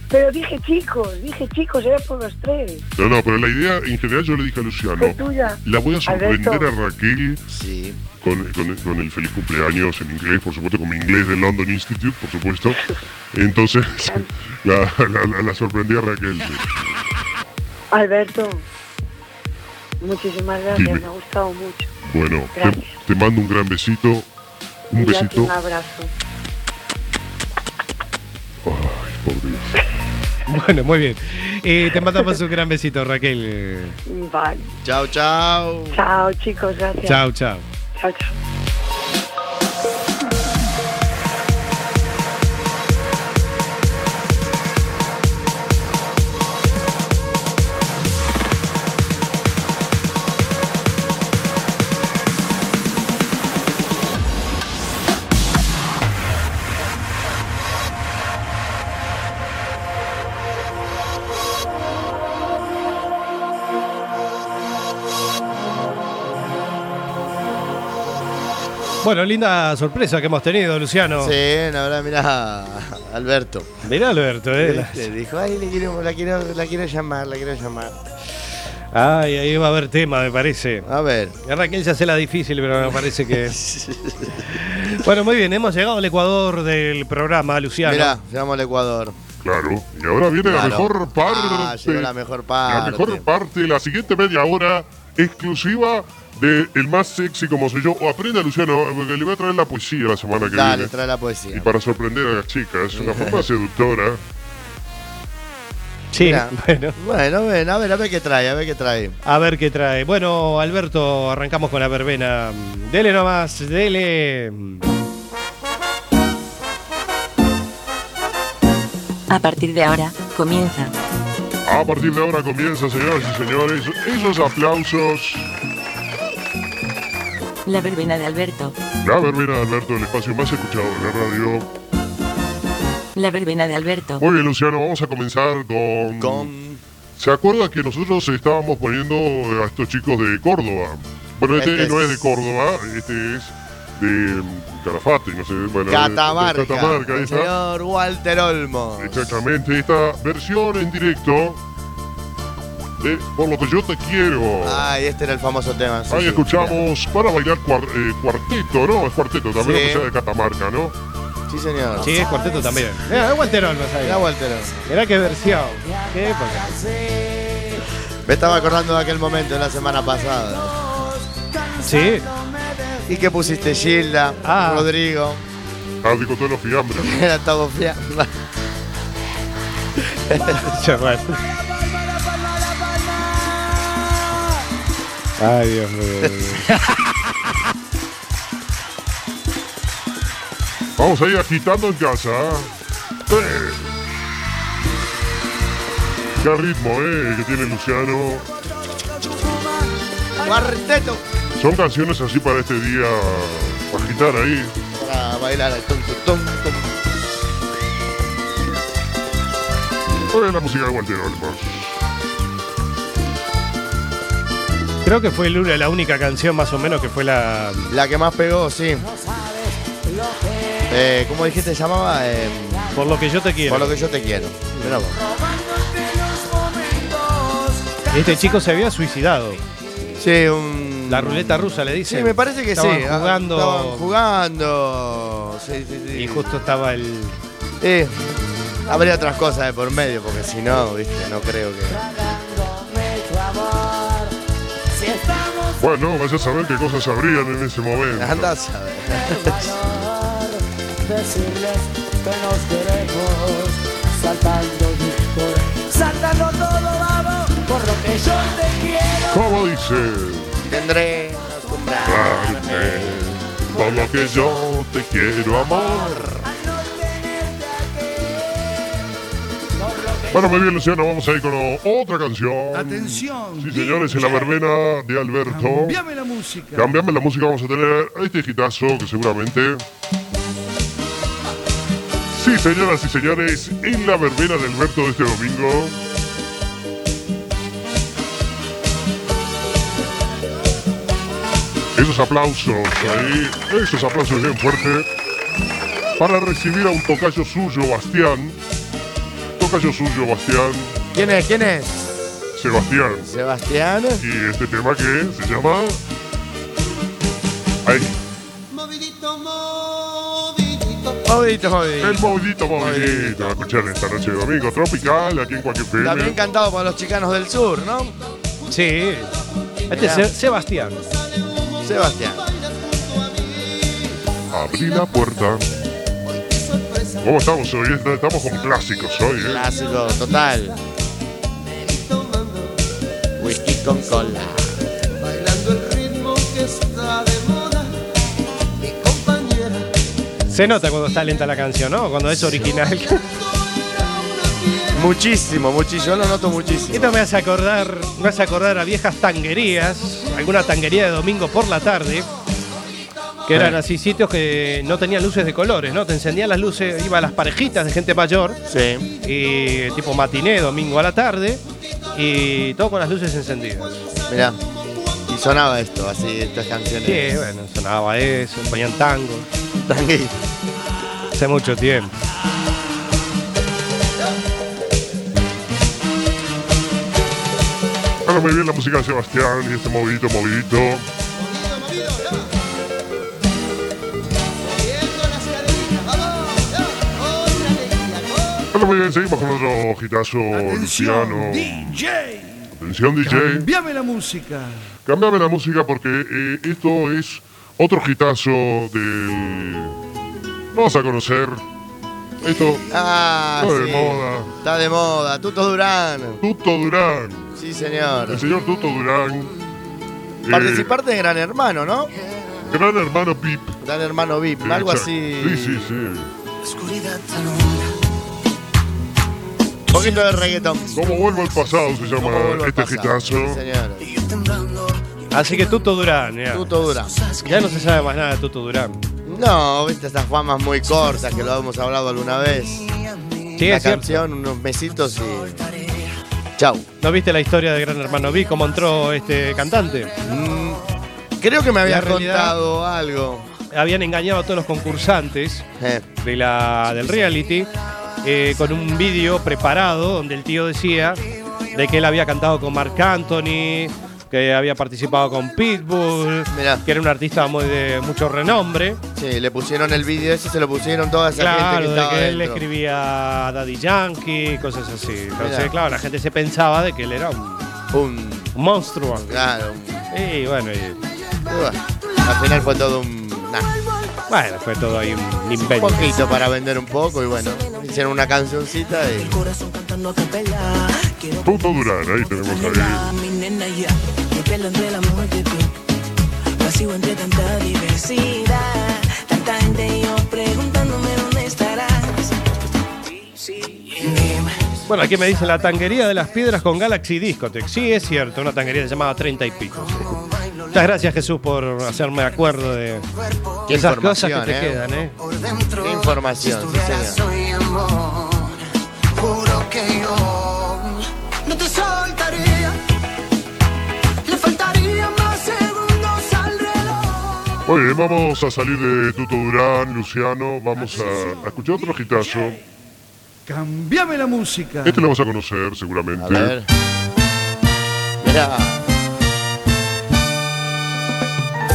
Speaker 14: pero dije chicos, dije chicos, era por los tres.
Speaker 5: No, no, pero la idea en general yo le dije a
Speaker 14: Fue
Speaker 5: Luciano.
Speaker 14: tuya.
Speaker 5: La voy a sorprender
Speaker 14: Alberto.
Speaker 5: a Raquel con, con- con el feliz cumpleaños en inglés, por supuesto, con mi inglés del London Institute, por supuesto. Entonces, la, la- la- la sorprendí a Raquel. sí.
Speaker 14: Alberto, muchísimas gracias,
Speaker 5: Dime.
Speaker 14: me ha gustado mucho.
Speaker 5: Bueno, te,
Speaker 14: Gracias.
Speaker 5: te mando un gran besito. Un
Speaker 14: Y a ti
Speaker 5: besito.
Speaker 14: un abrazo.
Speaker 5: Por Dios.
Speaker 4: Bueno, muy bien. Eh, te mandamos un gran besito, Raquel.
Speaker 14: Vale.
Speaker 10: Chao, chao.
Speaker 14: Chao, chicos, gracias.
Speaker 4: Chao, chao.
Speaker 14: Chao, chao.
Speaker 4: Bueno, linda sorpresa que hemos tenido, Luciano.
Speaker 10: Sí, la verdad, mirá, Alberto.
Speaker 4: Mirá, Alberto, eh.
Speaker 10: Le dijo, ay, le quiero- la, quiero, la quiero llamar, la quiero llamar.
Speaker 4: Ay, ahí va a haber tema, me parece.
Speaker 10: A ver.
Speaker 4: Raquel se hace la difícil, pero me parece que. bueno, muy bien, hemos llegado al Ecuador del programa, Luciano.
Speaker 10: Mirá, llegamos al Ecuador.
Speaker 5: Claro. Y ahora viene la
Speaker 10: Claro.
Speaker 5: mejor parte.
Speaker 10: Ah, llegó la mejor
Speaker 5: La
Speaker 10: parte.
Speaker 5: mejor parte, la siguiente media hora exclusiva de El Más Sexy Como Soy Yo. O aprenda, Luciano, porque le voy a traer la poesía la semana que
Speaker 10: Dale,
Speaker 5: viene.
Speaker 10: trae la poesía.
Speaker 5: Y para sorprender a las chicas, una forma seductora.
Speaker 4: Sí,
Speaker 10: Mirá.
Speaker 4: bueno.
Speaker 10: Bueno, ven, a ver, a ver qué trae, a ver qué trae.
Speaker 5: Mm.
Speaker 4: A ver qué trae. Bueno, Alberto, arrancamos con la verbena. Dele nomás, dele.
Speaker 15: A partir de ahora, comienza.
Speaker 5: A partir de ahora comienza, señoras y señores, esos aplausos.
Speaker 15: La verbena de Alberto.
Speaker 5: La verbena de Alberto, el espacio más escuchado de la radio.
Speaker 15: La verbena de Alberto.
Speaker 5: Muy bien, Luciano, vamos a comenzar con... ¿Se acuerda que nosotros estábamos poniendo a estos chicos de Córdoba? Bueno, este,
Speaker 10: Este
Speaker 5: no es
Speaker 10: es-
Speaker 5: de Córdoba, este es de mm, Calafate, no sé. Bueno, de- de
Speaker 10: Catamarca.
Speaker 5: Catamarca, ahí
Speaker 10: el
Speaker 5: está.
Speaker 10: señor Walter Olmo.
Speaker 5: Exactamente, esta versión en directo de Por lo que yo te quiero.
Speaker 10: Ay, este era el famoso tema. sí,
Speaker 5: Ahí
Speaker 10: sí.
Speaker 5: escuchamos para bailar cuar- eh, cuarteto, ¿no? Es cuarteto, también
Speaker 10: Sí.
Speaker 5: aunque sea de Catamarca, ¿no?
Speaker 10: Sí, señor.
Speaker 4: Sí, es cuarteto también. Mira, es Walter Olmos ahí.
Speaker 10: Era Walter Olmo.
Speaker 4: Mirá qué versión. Qué época.
Speaker 10: Me estaba acordando de aquel momento de la semana pasada.
Speaker 4: Sí.
Speaker 10: ¿Y qué pusiste, Gilda? Rodrigo.
Speaker 5: Ah, digo, todos los fiambres.
Speaker 10: Era todo fiambra.
Speaker 4: Chaval. Ay, Dios mío.
Speaker 5: Vamos a ir agitando en casa. ¿eh? Qué ritmo, ¿eh? Que tiene Luciano.
Speaker 10: Cuarteto.
Speaker 5: Son canciones así para este día. Para agitar ahí.
Speaker 10: Para bailar al tum, tum, tum, tum.
Speaker 5: Oye, la música de Walter Olmos.
Speaker 4: Creo que fue Lula la única canción más o menos que fue la...
Speaker 10: La que más pegó, sí. Eh, ¿Cómo dijiste? Se llamaba... Eh,
Speaker 4: por lo que yo te quiero.
Speaker 10: Por lo que yo te quiero. Mirá vos.
Speaker 4: Este chico se había suicidado.
Speaker 10: Sí, un...
Speaker 4: La ruleta rusa le dice.
Speaker 10: Sí, me parece que
Speaker 4: Estaban
Speaker 10: sí. Ah,
Speaker 4: Jugando
Speaker 10: Estaban jugando. Sí, sí, sí.
Speaker 4: y justo estaba el...
Speaker 10: Eh, habría otras cosas de por medio, porque si no, viste, no creo que.
Speaker 5: Bueno, vaya a saber qué cosas habrían en ese momento.
Speaker 10: Anda a saber.
Speaker 9: Decirles que nos queremos saltando saltando todo vamos por lo que yo te quiero.
Speaker 5: ¿Cómo dice?
Speaker 10: Tendré
Speaker 5: Dame, por lo que yo te quiero, amor. Bueno, muy bien, Luciano, vamos a ir con o- otra canción.
Speaker 16: Atención.
Speaker 5: Sí, señores, en la verbena de Alberto.
Speaker 16: Cambiame la música.
Speaker 5: Cambiame la música, vamos a tener este hitazo que seguramente. Sí, señoras y señores, en la verbena de Alberto de este domingo. Esos aplausos ahí, esos aplausos bien fuertes. Para recibir a un tocayo suyo, Bastián. Tocayo suyo, Bastián.
Speaker 10: ¿Quién es? ¿Quién es?
Speaker 5: Sebastián.
Speaker 10: Sebastián.
Speaker 5: Y este tema que se llama. Ahí.
Speaker 10: Movidito, movidito.
Speaker 5: El movidito, movidito. A escuchar esta noche de domingo tropical aquí en cualquier FM.
Speaker 10: También cantado por los chicanos del sur, ¿no?
Speaker 4: Sí. Este es
Speaker 10: Mirá.
Speaker 4: Se- Sebastián.
Speaker 10: Sebastián.
Speaker 5: Abrí la puerta. ¿Cómo estamos hoy? Estamos con clásicos hoy, ¿eh?
Speaker 10: Clásico, total. Whisky con cola.
Speaker 4: Se nota cuando está lenta la canción, ¿no? Cuando es original.
Speaker 10: Muchísimo, muchísimo. Yo lo noto muchísimo.
Speaker 4: Esto me hace acordar, me hace acordar a viejas tanguerías, alguna tanguería de domingo por la tarde, que eran así sitios que no tenían luces de colores, ¿no? Te encendían las luces, iba a las parejitas de gente mayor,
Speaker 10: Sí.
Speaker 4: y tipo matiné, domingo a la tarde, y todo con las luces encendidas.
Speaker 10: Mirá. Y sonaba esto, así, estas canciones.
Speaker 4: Sí, bueno, sonaba eso, ponían tango.
Speaker 10: Tangui.
Speaker 4: Hace mucho tiempo.
Speaker 5: Ahora muy bien la música de Sebastián y este movidito, movidito. Ahora muy bien, seguimos con otro hitazo luciano.
Speaker 16: Atención, DJ.
Speaker 5: Atención, DJ.
Speaker 16: Cambiame la música.
Speaker 5: Cambiame la música porque eh, esto es otro hitazo del. Vamos a conocer. Esto
Speaker 10: Ah,
Speaker 5: está
Speaker 10: sí.
Speaker 5: de moda.
Speaker 10: Está de moda. Tuto Durán.
Speaker 5: Tuto Durán.
Speaker 10: Sí, señor.
Speaker 5: El señor Tuto Durán. eh,
Speaker 10: Participante de Gran Hermano, ¿no?
Speaker 5: Gran hermano Pip.
Speaker 10: Gran Hermano VIP, algo
Speaker 5: Exacto.
Speaker 10: así.
Speaker 5: Sí, sí, sí.
Speaker 10: Un poquito de reggaetón.
Speaker 5: ¿Cómo vuelvo al pasado? Se
Speaker 10: ¿Cómo vuelvo
Speaker 5: llama
Speaker 10: al
Speaker 5: este
Speaker 10: pasado?
Speaker 5: hitazo.
Speaker 10: Sí, señor.
Speaker 4: Así que Tuto Durán, ya.
Speaker 10: Tuto Durán.
Speaker 4: Ya no se sabe más nada de Tuto Durán.
Speaker 10: No, viste esas famas muy cortas que lo hemos hablado alguna vez.
Speaker 4: Sí,
Speaker 10: La
Speaker 4: es cierto.
Speaker 10: canción, unos mesitos y. Chau.
Speaker 4: ¿No viste la historia de Gran Hermano Vi, cómo entró este cantante?
Speaker 10: Mm, creo que me había
Speaker 4: La realidad-
Speaker 10: contado algo.
Speaker 4: Habían engañado a todos los concursantes
Speaker 10: Eh,
Speaker 4: de la, del reality eh, con un vídeo preparado donde el tío decía de que él había cantado con Marc Anthony, que había participado con Pitbull,
Speaker 10: Mirá.
Speaker 4: que era un artista muy de mucho renombre.
Speaker 10: sí, le pusieron el vídeo ese, se lo pusieron toda esa gente
Speaker 4: Claro,
Speaker 10: que
Speaker 4: de
Speaker 10: estaba
Speaker 4: que él le
Speaker 10: dentro.
Speaker 4: escribía a Daddy Yankee, cosas así. Entonces,
Speaker 10: Mirá.
Speaker 4: claro, la gente se pensaba de que él era un
Speaker 10: Un.
Speaker 4: un monstruo.
Speaker 10: Claro.
Speaker 4: Y bueno, y-
Speaker 10: Uah, al final fue todo un. nah,
Speaker 4: bueno, fue todo ahí un
Speaker 10: un
Speaker 4: invento.
Speaker 10: poquito para vender un poco y bueno. Hicieron una cancioncita y.
Speaker 5: Tuto Durán, ahí tenemos ahí.
Speaker 9: Mi nena ya, mi pelo entre la multitud. Pasivo entre tanta diversidad. Tanta gente y yo preguntándome dónde estarás.
Speaker 4: Bueno, aquí me dice la tanguería de las piedras con Galaxy Discotech. Sí, es cierto, una tanguería llamada 30 y pico. Muchas gracias, Jesús, por hacerme acuerdo de
Speaker 10: Qué
Speaker 4: esas cosas que
Speaker 10: información,
Speaker 4: te
Speaker 10: eh.
Speaker 4: quedan, ¿eh?
Speaker 10: Qué información, sí, señor.
Speaker 9: Soy amor, juro que yo no te soltaría. Le faltaría
Speaker 5: Muy bien, vamos a salir de Tuto Durán, Luciano,
Speaker 10: Ah,
Speaker 5: vamos a, a escuchar otro gitazo.
Speaker 16: Cambiame la música.
Speaker 5: Este lo vas a conocer seguramente.
Speaker 16: A ver.
Speaker 10: Mirá.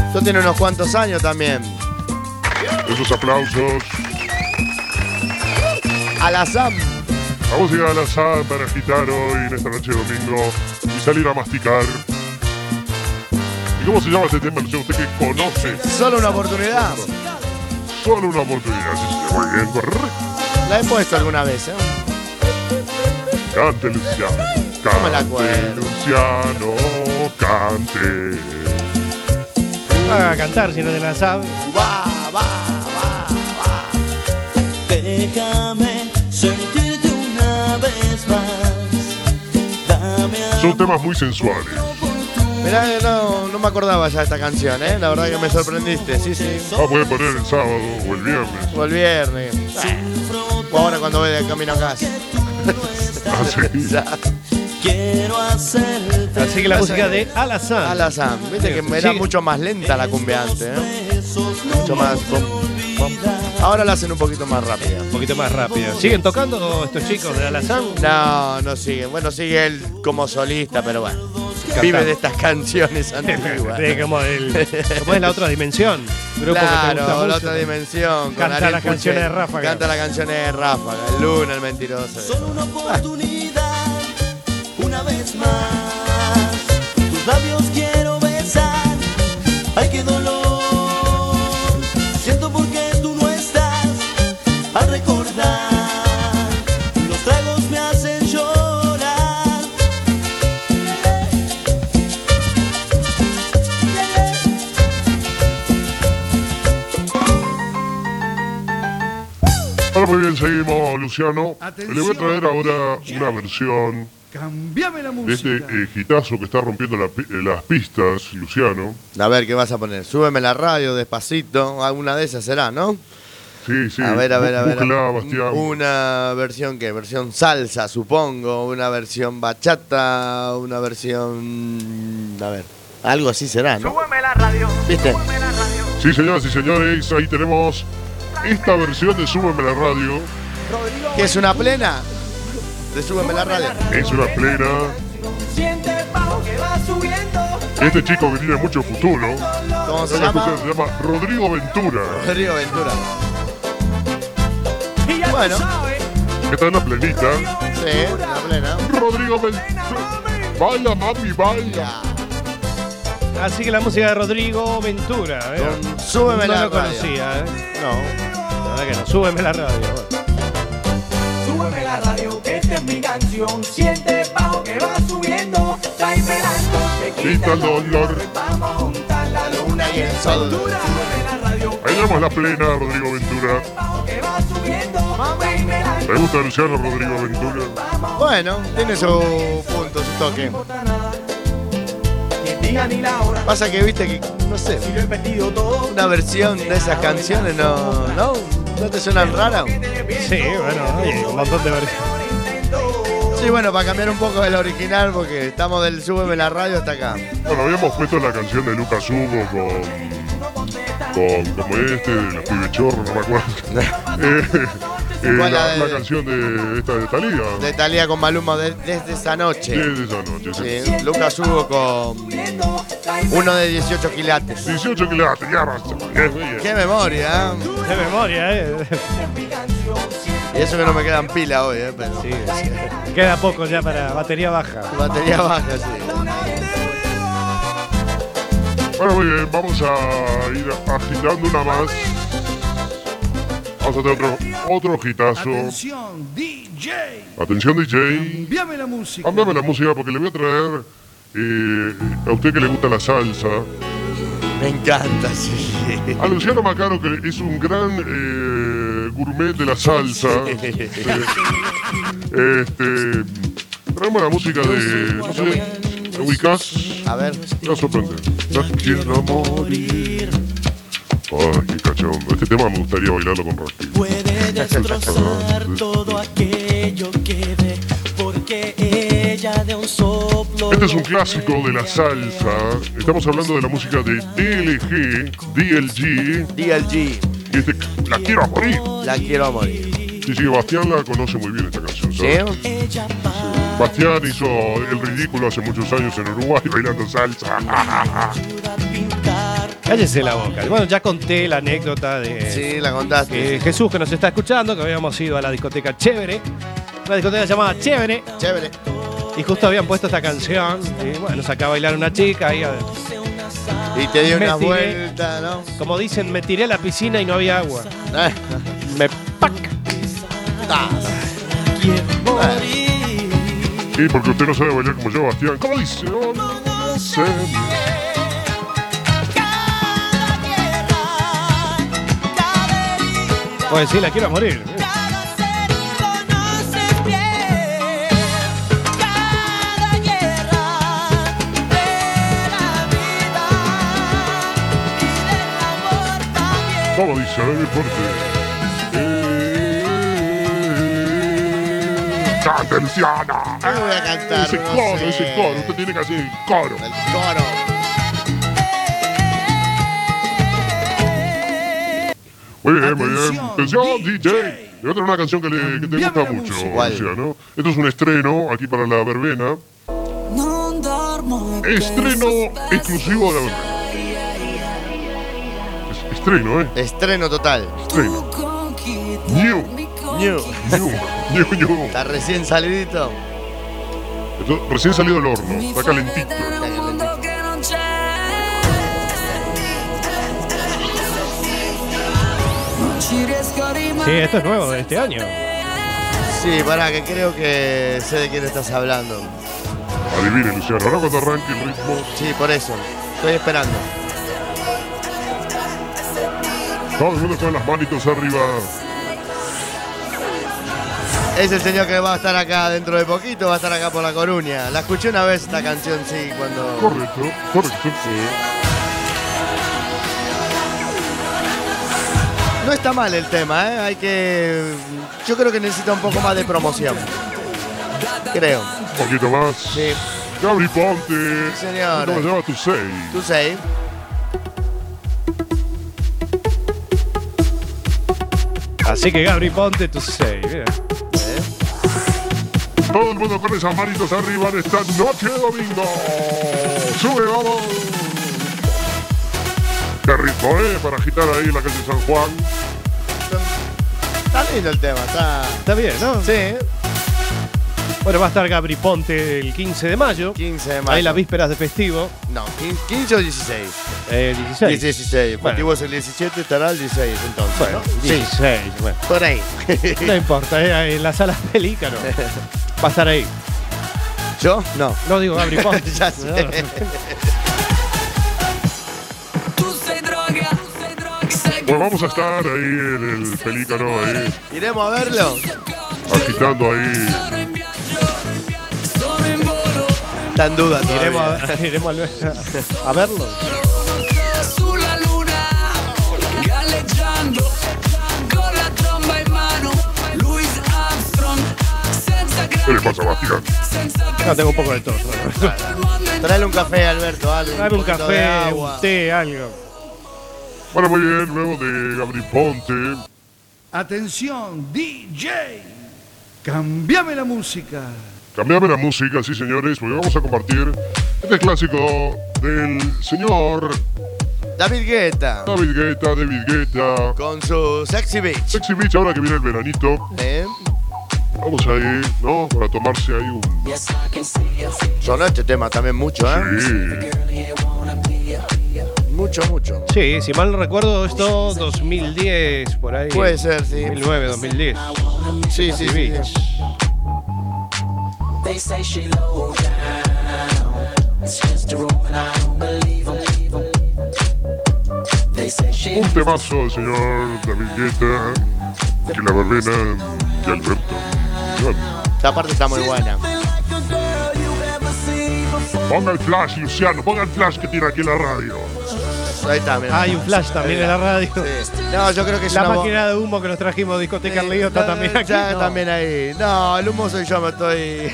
Speaker 10: Esto tiene unos cuantos años también.
Speaker 5: Esos aplausos.
Speaker 10: A la SAM.
Speaker 5: Vamos a ir a la sala para agitar hoy en esta noche de domingo y salir a masticar. ¿Y cómo se llama este tema, Luciano? Usted que conoce.
Speaker 10: Solo una oportunidad.
Speaker 5: Solo una oportunidad. sí, sí, Muy bien, correcto.
Speaker 10: La he puesto alguna vez, ¿eh?
Speaker 5: Cante, Luciano.
Speaker 10: me la
Speaker 5: Cante,
Speaker 10: acuerdo.
Speaker 5: Luciano. Cante.
Speaker 4: Ah, a cantar si no te la sabes.
Speaker 9: Déjame sentirte una vez más.
Speaker 5: Son temas muy sensuales.
Speaker 10: Mirá, eh, no, no me acordaba ya esta canción, ¿eh? La verdad que me sorprendiste, sí, sí.
Speaker 5: Ah, pueden poner el sábado o el viernes.
Speaker 10: O el viernes. Ah, o ahora cuando voy de camino a casa.
Speaker 5: Ah,
Speaker 9: Quiero hacerte.
Speaker 4: Así que la música de Alazán.
Speaker 10: Alazán. Viste que era
Speaker 4: Sí.
Speaker 10: mucho más lenta la cumbia antes, ¿eh? Mucho más. pum, pum. Ahora la hacen un poquito más rápida.
Speaker 4: Un poquito más rápido. ¿Siguen tocando estos chicos de Alazán?
Speaker 10: No, no sigue. Bueno, sigue él como solista, pero bueno.
Speaker 4: Cantando.
Speaker 10: Vive de estas canciones antiguas.
Speaker 4: Sí, como, el- como es la otra dimensión. Grupo que te
Speaker 10: claro,
Speaker 4: gusta mucho.
Speaker 10: la otra dimensión. con
Speaker 4: Canta
Speaker 10: Ariel
Speaker 4: las canciones de
Speaker 10: Puchero.
Speaker 4: Ráfaga.
Speaker 10: Canta las canciones de Ráfaga. El Luna, el mentiroso.
Speaker 9: Una oportunidad, una vez más. Tus labios quiero besar. Ay, qué dolor. Siento porque tú no estás al recordar. Los tragos me hacen llorar.
Speaker 5: Ahora muy bien, seguimos, Luciano. Eh,
Speaker 16: Atención.
Speaker 5: Le voy a traer ahora una versión
Speaker 16: Cambiame la
Speaker 5: de este
Speaker 16: música.
Speaker 5: eh, gitazo que está rompiendo la pi- eh, las pistas, Luciano.
Speaker 10: A ver, ¿qué vas a poner? Súbeme la radio despacito. Alguna de esas será, ¿no?
Speaker 5: Sí, sí.
Speaker 10: A ver, a ver, a ver.
Speaker 5: Búsquela, Bastián.
Speaker 10: Una versión que, versión salsa, supongo, una versión bachata, una versión. A ver, algo así será, ¿no?
Speaker 9: Súbeme la radio.
Speaker 10: ¿Viste?
Speaker 5: Sí, señoras y señores, ahí tenemos esta versión de Súbeme la Radio.
Speaker 10: Que es una plena. De súbeme la radio.
Speaker 5: Es una plena.
Speaker 9: Siente el bajo que va subiendo.
Speaker 5: Este chico que tiene mucho futuro.
Speaker 10: ¿Cómo se
Speaker 5: Lo que escuchan
Speaker 10: llama?
Speaker 5: se llama Rodrigo Ventura.
Speaker 10: Río Ventura. Bueno,
Speaker 5: Que está en la plenita.
Speaker 10: sí, una plena.
Speaker 5: Rodrigo Ventura. Baila, mami, baila.
Speaker 4: Así que la música de Rodrigo Ventura. ¿eh?
Speaker 10: Con Súbeme
Speaker 4: no
Speaker 10: la
Speaker 4: lo
Speaker 10: radio.
Speaker 4: conocía, ¿eh?
Speaker 10: No.
Speaker 4: La verdad que no. Súbeme la radio. bueno.
Speaker 9: Súbeme la radio, que esta es mi canción. Siente el bajo que va subiendo. Está esperando, te
Speaker 5: Quita el dolor.
Speaker 9: Vamos a juntar la luna y el sol. Súbeme la radio,
Speaker 5: Ahí tenemos la plena, Rodrigo Ventura.
Speaker 9: bajo que va subiendo. Baby, la
Speaker 5: Me gusta Luciano Rodrigo Ventura.
Speaker 10: Bueno, tiene su punto, su toque.
Speaker 9: que diga ni la hora.
Speaker 10: Pasa que viste que, no sé,
Speaker 9: Si lo he perdido todo.
Speaker 10: una versión de esas canciones no. ¿No? ¿No te suenan raras?
Speaker 4: Sí, bueno, hay un montón de versiones.
Speaker 10: Sí, bueno, para cambiar un poco del original, porque estamos del Súbeme la radio hasta acá.
Speaker 5: Bueno, habíamos puesto la canción de Lucas Hugo con. con como este, de los pibes chorros, no me acuerdo. Eh, eh,
Speaker 10: ¿Cuál la
Speaker 5: la,
Speaker 10: de-
Speaker 5: la canción de esta de Talía.
Speaker 10: De Talía con Maluma de- desde esa noche.
Speaker 5: Desde esa noche. sí.
Speaker 10: Sí, Lucas Hugo con uno de 18 quilates.
Speaker 5: 18 kilates, ya basta. Bien, bien.
Speaker 10: ¡Qué memoria!
Speaker 4: De memoria, ¿eh?
Speaker 10: ¿eh? Y eso que no me quedan pila hoy, ¿eh? Pero
Speaker 4: Sí, sí. Queda poco ya para batería baja.
Speaker 10: batería baja, sí.
Speaker 5: Bueno, muy bien, vamos a ir agitando una más. Vamos a hacer otro, otro gitazo.
Speaker 16: Atención, DJ.
Speaker 5: Atención, DJ.
Speaker 16: Cambiame la música.
Speaker 5: Cámbiame la música porque le voy a traer eh, a usted que le gusta la salsa.
Speaker 10: Me encanta, sí.
Speaker 5: A Luciano Macaro, que es un gran eh, gourmet de la salsa. Este. Traemos la música de. No sé, ¿te ubicás?
Speaker 10: A ver,
Speaker 5: Te va a sorprender. No quiero morir. Ay, qué cachondo. Este tema me gustaría bailarlo con Rocky.
Speaker 9: Puede destrozar todo aquello que ve, porque ella de un soplo.
Speaker 5: Este Este es un clásico de la salsa. Estamos hablando de la música de DLG, DLG.
Speaker 10: DLG.
Speaker 5: Y este, la quiero a morir.
Speaker 10: La quiero a morir.
Speaker 5: Sí, sí, Bastián la conoce muy bien esta canción. ¿sabes? Bastián hizo el ridículo hace muchos años en Uruguay bailando salsa.
Speaker 4: Cállese la boca. Bueno, ya conté la anécdota de.
Speaker 10: Sí, la contaste.
Speaker 4: eh, Jesús que nos está escuchando, que habíamos ido a la discoteca Chévere. Una discoteca llamada Chévere.
Speaker 10: Chévere.
Speaker 4: Y justo habían puesto esta canción. Y bueno, sacaba a bailar una chica y.
Speaker 10: Y te dio
Speaker 4: Me
Speaker 10: una
Speaker 4: tiré.
Speaker 10: vuelta, ¿no? Ah,
Speaker 4: Como dicen, me tiré a la piscina y no había agua. Me pac.
Speaker 5: Sí, porque usted no sabe bailar como yo, Bastián. ¿Cómo dice? Yo no sé.
Speaker 4: Pues sí, la quiero a morir.
Speaker 5: ¿Cómo dice? A ver, fuerte. ¡Canta, Luciana!
Speaker 10: Yo no ah, voy a cantar.
Speaker 5: Ese
Speaker 10: no
Speaker 5: coro,
Speaker 10: sé.
Speaker 5: ese coro. Usted tiene que hacer el coro.
Speaker 10: El coro.
Speaker 5: Muy bien, muy bien. Atención, DJ. Le voy a traer una canción que, le, que te gusta mucho, Luciano. Esto es un estreno aquí para la verbena. Estreno exclusivo de la verbena. Es- Estreno, ¿eh?
Speaker 10: Estreno total.
Speaker 5: Estreno. New.
Speaker 10: New.
Speaker 5: New. New, new.
Speaker 10: Está recién salidito.
Speaker 5: Esto recién salido del horno. Está calentito.
Speaker 4: Sí, esto es nuevo de este año.
Speaker 10: Sí, pará, que creo que sé de quién estás hablando.
Speaker 5: Adivine, Luciano. Ahora cuando arranque el ritmo.
Speaker 10: Sí, por eso. Estoy esperando.
Speaker 5: Todo el mundo con las manitos arriba.
Speaker 10: Es el señor que va a estar acá dentro de poquito, va a estar acá por La Coruña. La escuché una vez esta canción, sí, cuando...
Speaker 5: Correcto, correcto.
Speaker 10: No está mal el tema, ¿eh? Hay que... Yo creo que necesita un poco más de promoción. Creo.
Speaker 5: Un poquito más.
Speaker 10: Sí.
Speaker 5: Gabri Ponte.
Speaker 10: Señor.
Speaker 5: ¿Cómo se llama tu seis?
Speaker 10: Tú sabes.
Speaker 4: Así que Gabri, ponte tu 6.
Speaker 5: Todo el mundo con esas manitos arriba en esta noche de domingo. Sube, vamos. Qué ritmo, ¿eh? Para agitar ahí en la calle San Juan.
Speaker 10: Está lindo el tema, está...
Speaker 4: Está bien, ¿no?
Speaker 10: Sí.
Speaker 4: Bueno, va a estar Gabri Ponte el 15 de mayo.
Speaker 10: 15 de mayo.
Speaker 4: Ahí las vísperas de festivo.
Speaker 10: No, 15 o 16.
Speaker 4: Eh, 16.
Speaker 10: 16.
Speaker 4: Bueno.
Speaker 10: Porque vos el 17 estará el 16, entonces.
Speaker 4: Bueno,
Speaker 10: ¿no?
Speaker 4: 16, bueno.
Speaker 10: Por ahí.
Speaker 4: No importa, eh, en la sala Pelícano. Va a estar ahí.
Speaker 10: ¿Yo? No.
Speaker 4: No digo Gabri Ponte.
Speaker 10: Ya sé.
Speaker 5: Bueno, Pues vamos a estar ahí en el pelícano, ahí,
Speaker 10: Iremos a verlo.
Speaker 5: agitando ahí.
Speaker 10: Está en duda todavía.
Speaker 4: Iremos, a, iremos a- a verlo.
Speaker 9: Sulla luna, galleggiando, con la tromba in mano, Louis Armstrong, senza
Speaker 5: ¿Qué le
Speaker 9: grande,
Speaker 5: pasa, Bastián?
Speaker 9: senza
Speaker 4: No, tengo un poco de tos. bueno.
Speaker 10: Traele un café, Alberto, algo.
Speaker 4: Dame un
Speaker 10: poquito de
Speaker 4: café,
Speaker 10: agua.
Speaker 4: un té, algo.
Speaker 5: Bueno, muy bien, luego de Gabri Ponte.
Speaker 16: Atención, DJ. Cambiame la música.
Speaker 5: Cambiame la música, sí señores, porque vamos a compartir este clásico del señor
Speaker 10: David Guetta.
Speaker 5: David Guetta, David Guetta.
Speaker 10: Con su sexy bitch.
Speaker 5: Sexy Beach, ahora que viene el veranito,
Speaker 10: ¿Eh?
Speaker 5: vamos ahí, ¿no? Para tomarse ahí un...
Speaker 10: Sonó este tema también mucho, ¿eh?
Speaker 5: Sí,
Speaker 10: Mucho, mucho.
Speaker 4: Sí, si mal no recuerdo, esto 2010, por ahí.
Speaker 10: Puede ser, sí.
Speaker 4: 2009, 2010.
Speaker 10: Sí, sí, sí.
Speaker 4: Beach.
Speaker 9: 'em.
Speaker 5: un temazo del señor David Guetta, que la verbena de Alberto. Bueno,
Speaker 10: Esta parte está muy buena.
Speaker 5: Ponga el flash, Luciano, ponga el flash que tiene aquí la radio.
Speaker 10: Ahí está, mira.
Speaker 4: Hay un flash también en la radio.
Speaker 10: Sí. No, yo creo que es
Speaker 4: La
Speaker 10: una voz-
Speaker 4: máquina de humo que nos trajimos de discoteca Río está
Speaker 10: No,
Speaker 4: también aquí.
Speaker 10: está
Speaker 4: ¿no?
Speaker 10: también ahí. No, el humo soy yo, me estoy.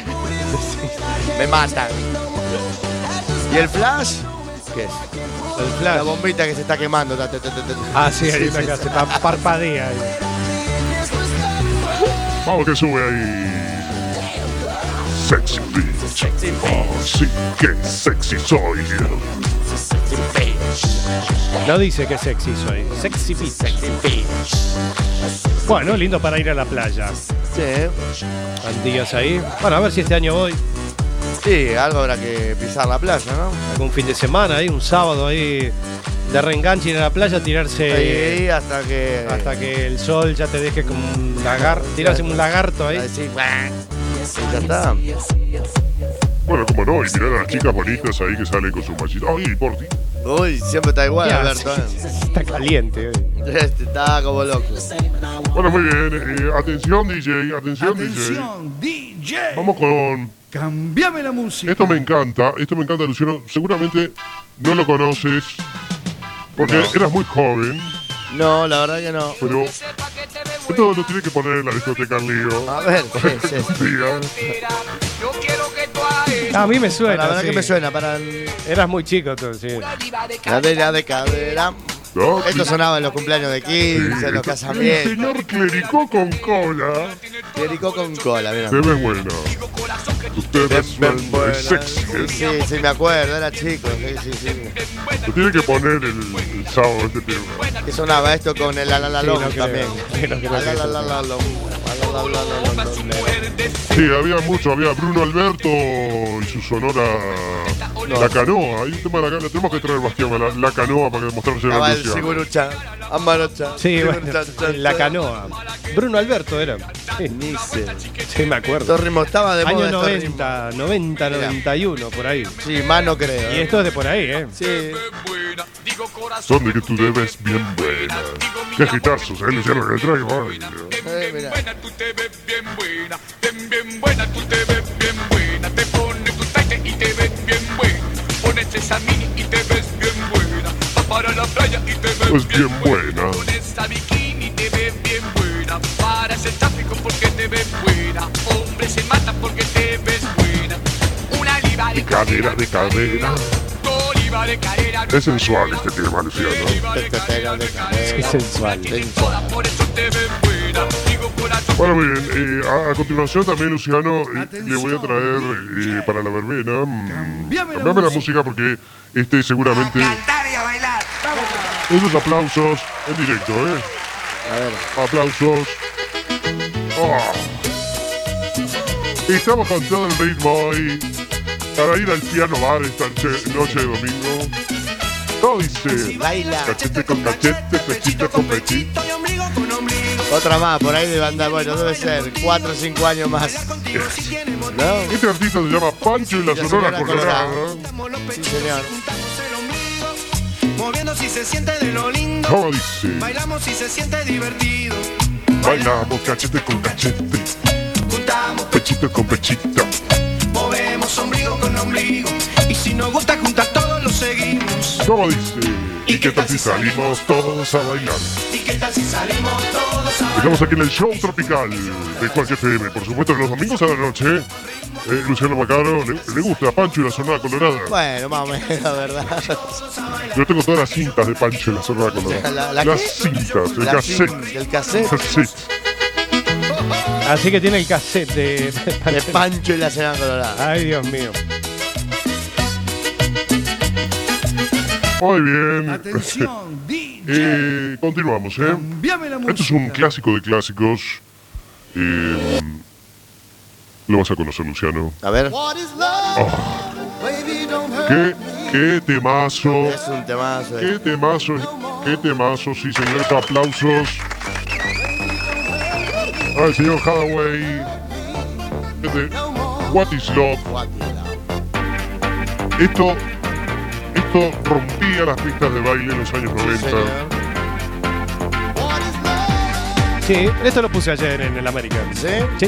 Speaker 10: me matan. ¿Y el flash? ¿Qué es?
Speaker 4: El flash.
Speaker 10: La bombita que se está quemando. ta, ta, ta, ta, ta.
Speaker 4: Ah, sí, hay una
Speaker 10: sí,
Speaker 4: que
Speaker 10: sí.
Speaker 4: se pa- parpadea. ahí.
Speaker 5: Vamos que sube ahí. Sexy bitch. Oh, sí que sexy soy.
Speaker 4: No dice que sexy soy. Sexy bitch. Bueno, lindo para ir a la playa.
Speaker 10: Sí. ¿eh?
Speaker 4: Están días ahí. Bueno, a ver si este año voy.
Speaker 10: Sí, algo habrá que pisar la playa, ¿no?
Speaker 4: Algún fin de semana ahí, un sábado ahí. De reenganche ir a la playa, tirarse.
Speaker 10: Ahí hasta que.
Speaker 4: Hasta que el sol ya te deje como un lagarto. Tirarse un lagarto ahí.
Speaker 10: Sí, ya está.
Speaker 5: Bueno, como no, y mirar a las chicas bonitas ahí que salen con su machito. Ay, por ti.
Speaker 10: Uy, siempre está igual,
Speaker 4: ¿Qué
Speaker 10: Alberto.
Speaker 4: hace? Está caliente hoy.
Speaker 10: ¿eh? Este está como loco.
Speaker 5: Bueno, muy bien. eh, atención, DJ. Atención,
Speaker 16: Atención, DJ.
Speaker 5: DJ. Vamos con.
Speaker 16: Cambiame la música.
Speaker 5: Esto me encanta. Esto me encanta, Luciano. Seguramente no lo conoces. Porque
Speaker 10: No.
Speaker 5: eras muy joven.
Speaker 10: No, la verdad que no.
Speaker 5: Pero esto lo tiene que poner en la discoteca al lío.
Speaker 10: A ver, ¿qué es esto?
Speaker 4: Ah, A mí me suena.
Speaker 10: La verdad
Speaker 4: sí.
Speaker 10: que me suena para el-
Speaker 4: Eras muy chico entonces. sí.
Speaker 10: cadera de cadera.
Speaker 5: No,
Speaker 10: Esto sonaba en los cumpleaños de 15, en los
Speaker 5: El
Speaker 10: casamientos.
Speaker 5: señor clericó con cola.
Speaker 10: Clericó con cola, mira.
Speaker 5: Se ve bueno. Usted es
Speaker 10: Ven, bueno.
Speaker 5: bueno y sexy.
Speaker 10: Sí, sí, sí, me acuerdo, era chico. Sí, sí, sí.
Speaker 5: Lo tiene que poner el, el sábado este tema.
Speaker 10: Que sonaba esto con el
Speaker 4: Sí, no
Speaker 10: alalalón
Speaker 4: creo.
Speaker 10: también.
Speaker 4: Sí, no creo que eso.
Speaker 10: Alalalón, alalalón.
Speaker 5: Sí, había mucho. Había Bruno Alberto y su sonora La Canoa. Hay un tema de la canoa. Tenemos que traer, Bastián, la, la canoa para que mostrarse
Speaker 10: Estaba
Speaker 5: la
Speaker 10: el
Speaker 5: Luciano.
Speaker 10: Sigurucha, Amarocha.
Speaker 4: Sí, bueno,
Speaker 10: Sigurucha, cha,
Speaker 4: en la
Speaker 10: cha.
Speaker 4: canoa. Bruno Alberto era. Sí, sí, me acuerdo.
Speaker 10: Estos ritmos estaba de moda
Speaker 4: Año
Speaker 10: estos ritmos.
Speaker 4: 90, 90, 91, por ahí.
Speaker 10: Sí, más no creo.
Speaker 4: Y
Speaker 10: ¿eh?
Speaker 4: esto es de por ahí, ¿eh?
Speaker 10: Sí.
Speaker 5: Son de que tú debes bien buena. Qué gitazos, eh, Luciano, que trae. Ay,
Speaker 10: Eh, mirá.
Speaker 5: es Pues bien buena. Y cadera de cadera. Es sensual este tema, Luciano.
Speaker 4: Es sensual.
Speaker 5: Bueno, muy bien. eh, a, a continuación también, Luciano, eh, le voy a traer eh, para la verbena. mm,
Speaker 16: Cambiame la
Speaker 5: Cambiame la música porque este seguramente... Unos aplausos en directo, ¿eh?
Speaker 10: A ver.
Speaker 5: Aplausos. Ah. Estamos con todo el ritmo hoy para ir al piano bar esta noche- noche de domingo. Todo dice
Speaker 10: Baila.
Speaker 5: cachete con cachete, pechito con pechito.
Speaker 10: Otra más, por ahí de banda. Bueno, debe ser 4 o 5 años más. ¿No?
Speaker 5: Este artista se llama Pancho y la
Speaker 10: La Sonora
Speaker 5: Sonora Colorada.
Speaker 10: Sí, señor.
Speaker 5: Todo dice
Speaker 9: Bailamos y se siente divertido.
Speaker 5: bailamos cachete con cachete,
Speaker 9: Juntamos,
Speaker 5: pechito con pechito.
Speaker 9: movemos ombligo con ombligo. Y si nos gusta juntar todos lo seguimos.
Speaker 5: Todo dice y qué tal si salimos todos a bailar.
Speaker 9: ¿Y qué tal si salimos todos a
Speaker 5: Estamos aquí en el show tropical de Cualquier FM, por supuesto, los domingos a la noche. Eh, Luciano Macaro le, le gusta a Pancho y la Sonora Colorada.
Speaker 10: Bueno, más o menos, la verdad.
Speaker 5: Yo tengo todas las cintas de Pancho y la Sonora Colorada.
Speaker 10: ¿La- la
Speaker 5: las
Speaker 10: qué?
Speaker 5: cintas, el
Speaker 10: La
Speaker 5: cassette.
Speaker 10: cinta, el cassette.
Speaker 5: Cassette.
Speaker 4: Así que tiene el cassette de.
Speaker 10: De Pancho y la cena colorada.
Speaker 4: Ay, Dios mío.
Speaker 5: Muy bien.
Speaker 16: Atención, DJ.
Speaker 5: Eh, continuamos, ¿eh?
Speaker 16: Cambiame la música.
Speaker 5: Esto es un clásico de clásicos. Eh, lo vas a conocer, Luciano.
Speaker 10: A ver.
Speaker 5: ¿Qué, qué temazo?
Speaker 10: Es un temazo.
Speaker 5: ¿Qué temazo? ¿Qué temazo? Sí, señor, aplausos. Al señor Hathaway. Este, What is love? Esto, esto rompía las pistas de baile en los años
Speaker 10: este
Speaker 5: 90.
Speaker 4: Sí, esto lo puse ayer en el América.
Speaker 10: ¿Sí?
Speaker 4: Sí,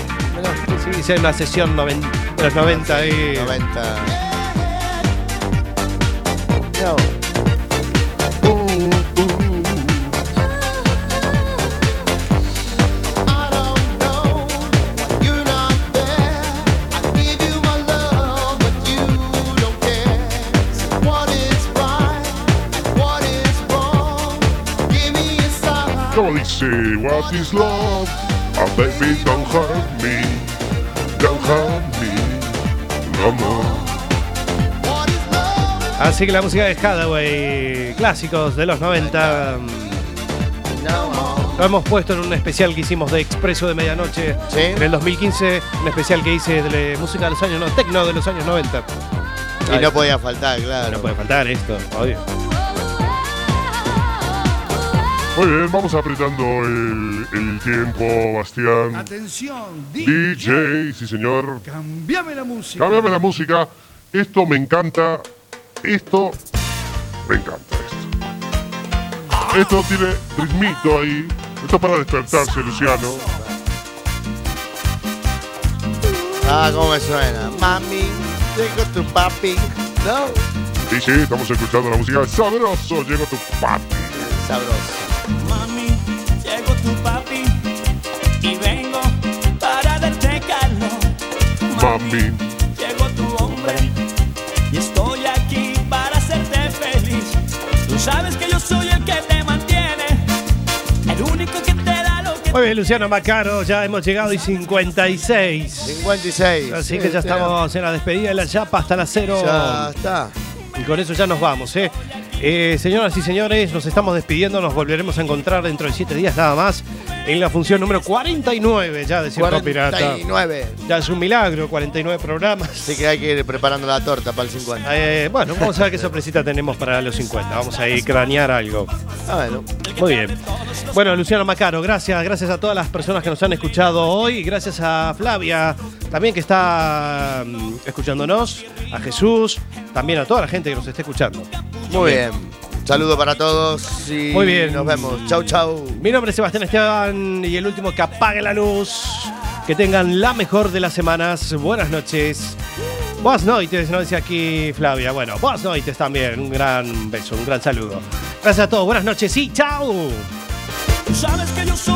Speaker 4: sí, hice una sesión noven- de los 90 y.
Speaker 10: 90. No.
Speaker 5: say what is love. Oh baby, don't hurt me, don't hurt me, no more.
Speaker 4: Así que la música de Hathaway, clásicos de los 90. mm, Lo hemos puesto en un especial que hicimos de Expreso de Medianoche en el 2015, un especial que hice de la música de los años, no, tecno de los años 90.
Speaker 10: Y no podía faltar, claro.
Speaker 4: No puede faltar esto, obvio.
Speaker 5: Muy bien, vamos apretando el, el tiempo, Bastián.
Speaker 16: Atención,
Speaker 5: DJ, sí señor.
Speaker 16: Cambiame la música.
Speaker 5: Cámbiame la música. Esto me encanta. Esto me encanta. Esto. Esto tiene ritmito ahí. Esto es para despertarse, Luciano.
Speaker 10: Ah, cómo me suena. Mami, tengo tu papi. No.
Speaker 5: Sí, sí, estamos escuchando la música. de Sabroso, llegó tu papi.
Speaker 10: Sabroso.
Speaker 9: Mami, llegó tu papi y vengo para darte calor.
Speaker 5: Mami.
Speaker 9: Llegó tu hombre y estoy aquí para hacerte feliz. Tú sabes que yo soy el que te mantiene, el único que te da lo que
Speaker 4: Muy bien, Luciano Macaro, ya hemos llegado y 56.
Speaker 10: 56.
Speaker 4: Así que ya estamos en la despedida de la Yapa hasta las cero.
Speaker 10: eh, Este Ya está.
Speaker 4: Y con eso ya nos vamos, ¿eh? Eh, Señoras y señores, nos estamos despidiendo, nos volveremos a encontrar dentro de siete días nada más en la función número 49 ya de Circo Pirata.
Speaker 10: 49.
Speaker 4: Ya es un milagro, 49 programas.
Speaker 10: Así que hay que ir preparando la torta para el 50.
Speaker 4: Eh, bueno, vamos a ver qué sorpresita tenemos para los 50. Vamos a ir cranear algo.
Speaker 10: bueno.
Speaker 4: Muy bien. Bueno, Luciano Macaro, gracias. Gracias a todas las personas que nos han escuchado hoy. Gracias a Flavia, también que está mm, escuchándonos. A Jesús, también a toda la gente que nos esté escuchando.
Speaker 10: Muy bien. Saludo para todos y
Speaker 4: Muy bien.
Speaker 10: nos vemos. Chau, chau.
Speaker 4: Mi nombre es Sebastián Esteban y el último que apague la luz. Que tengan la mejor de las semanas. Buenas noches. Buenas noites, nos dice aquí Flavia. Bueno, buenas noites también. Un gran beso, un gran saludo. Gracias a todos. Buenas noches y chao.
Speaker 9: tú sabes que yo soy.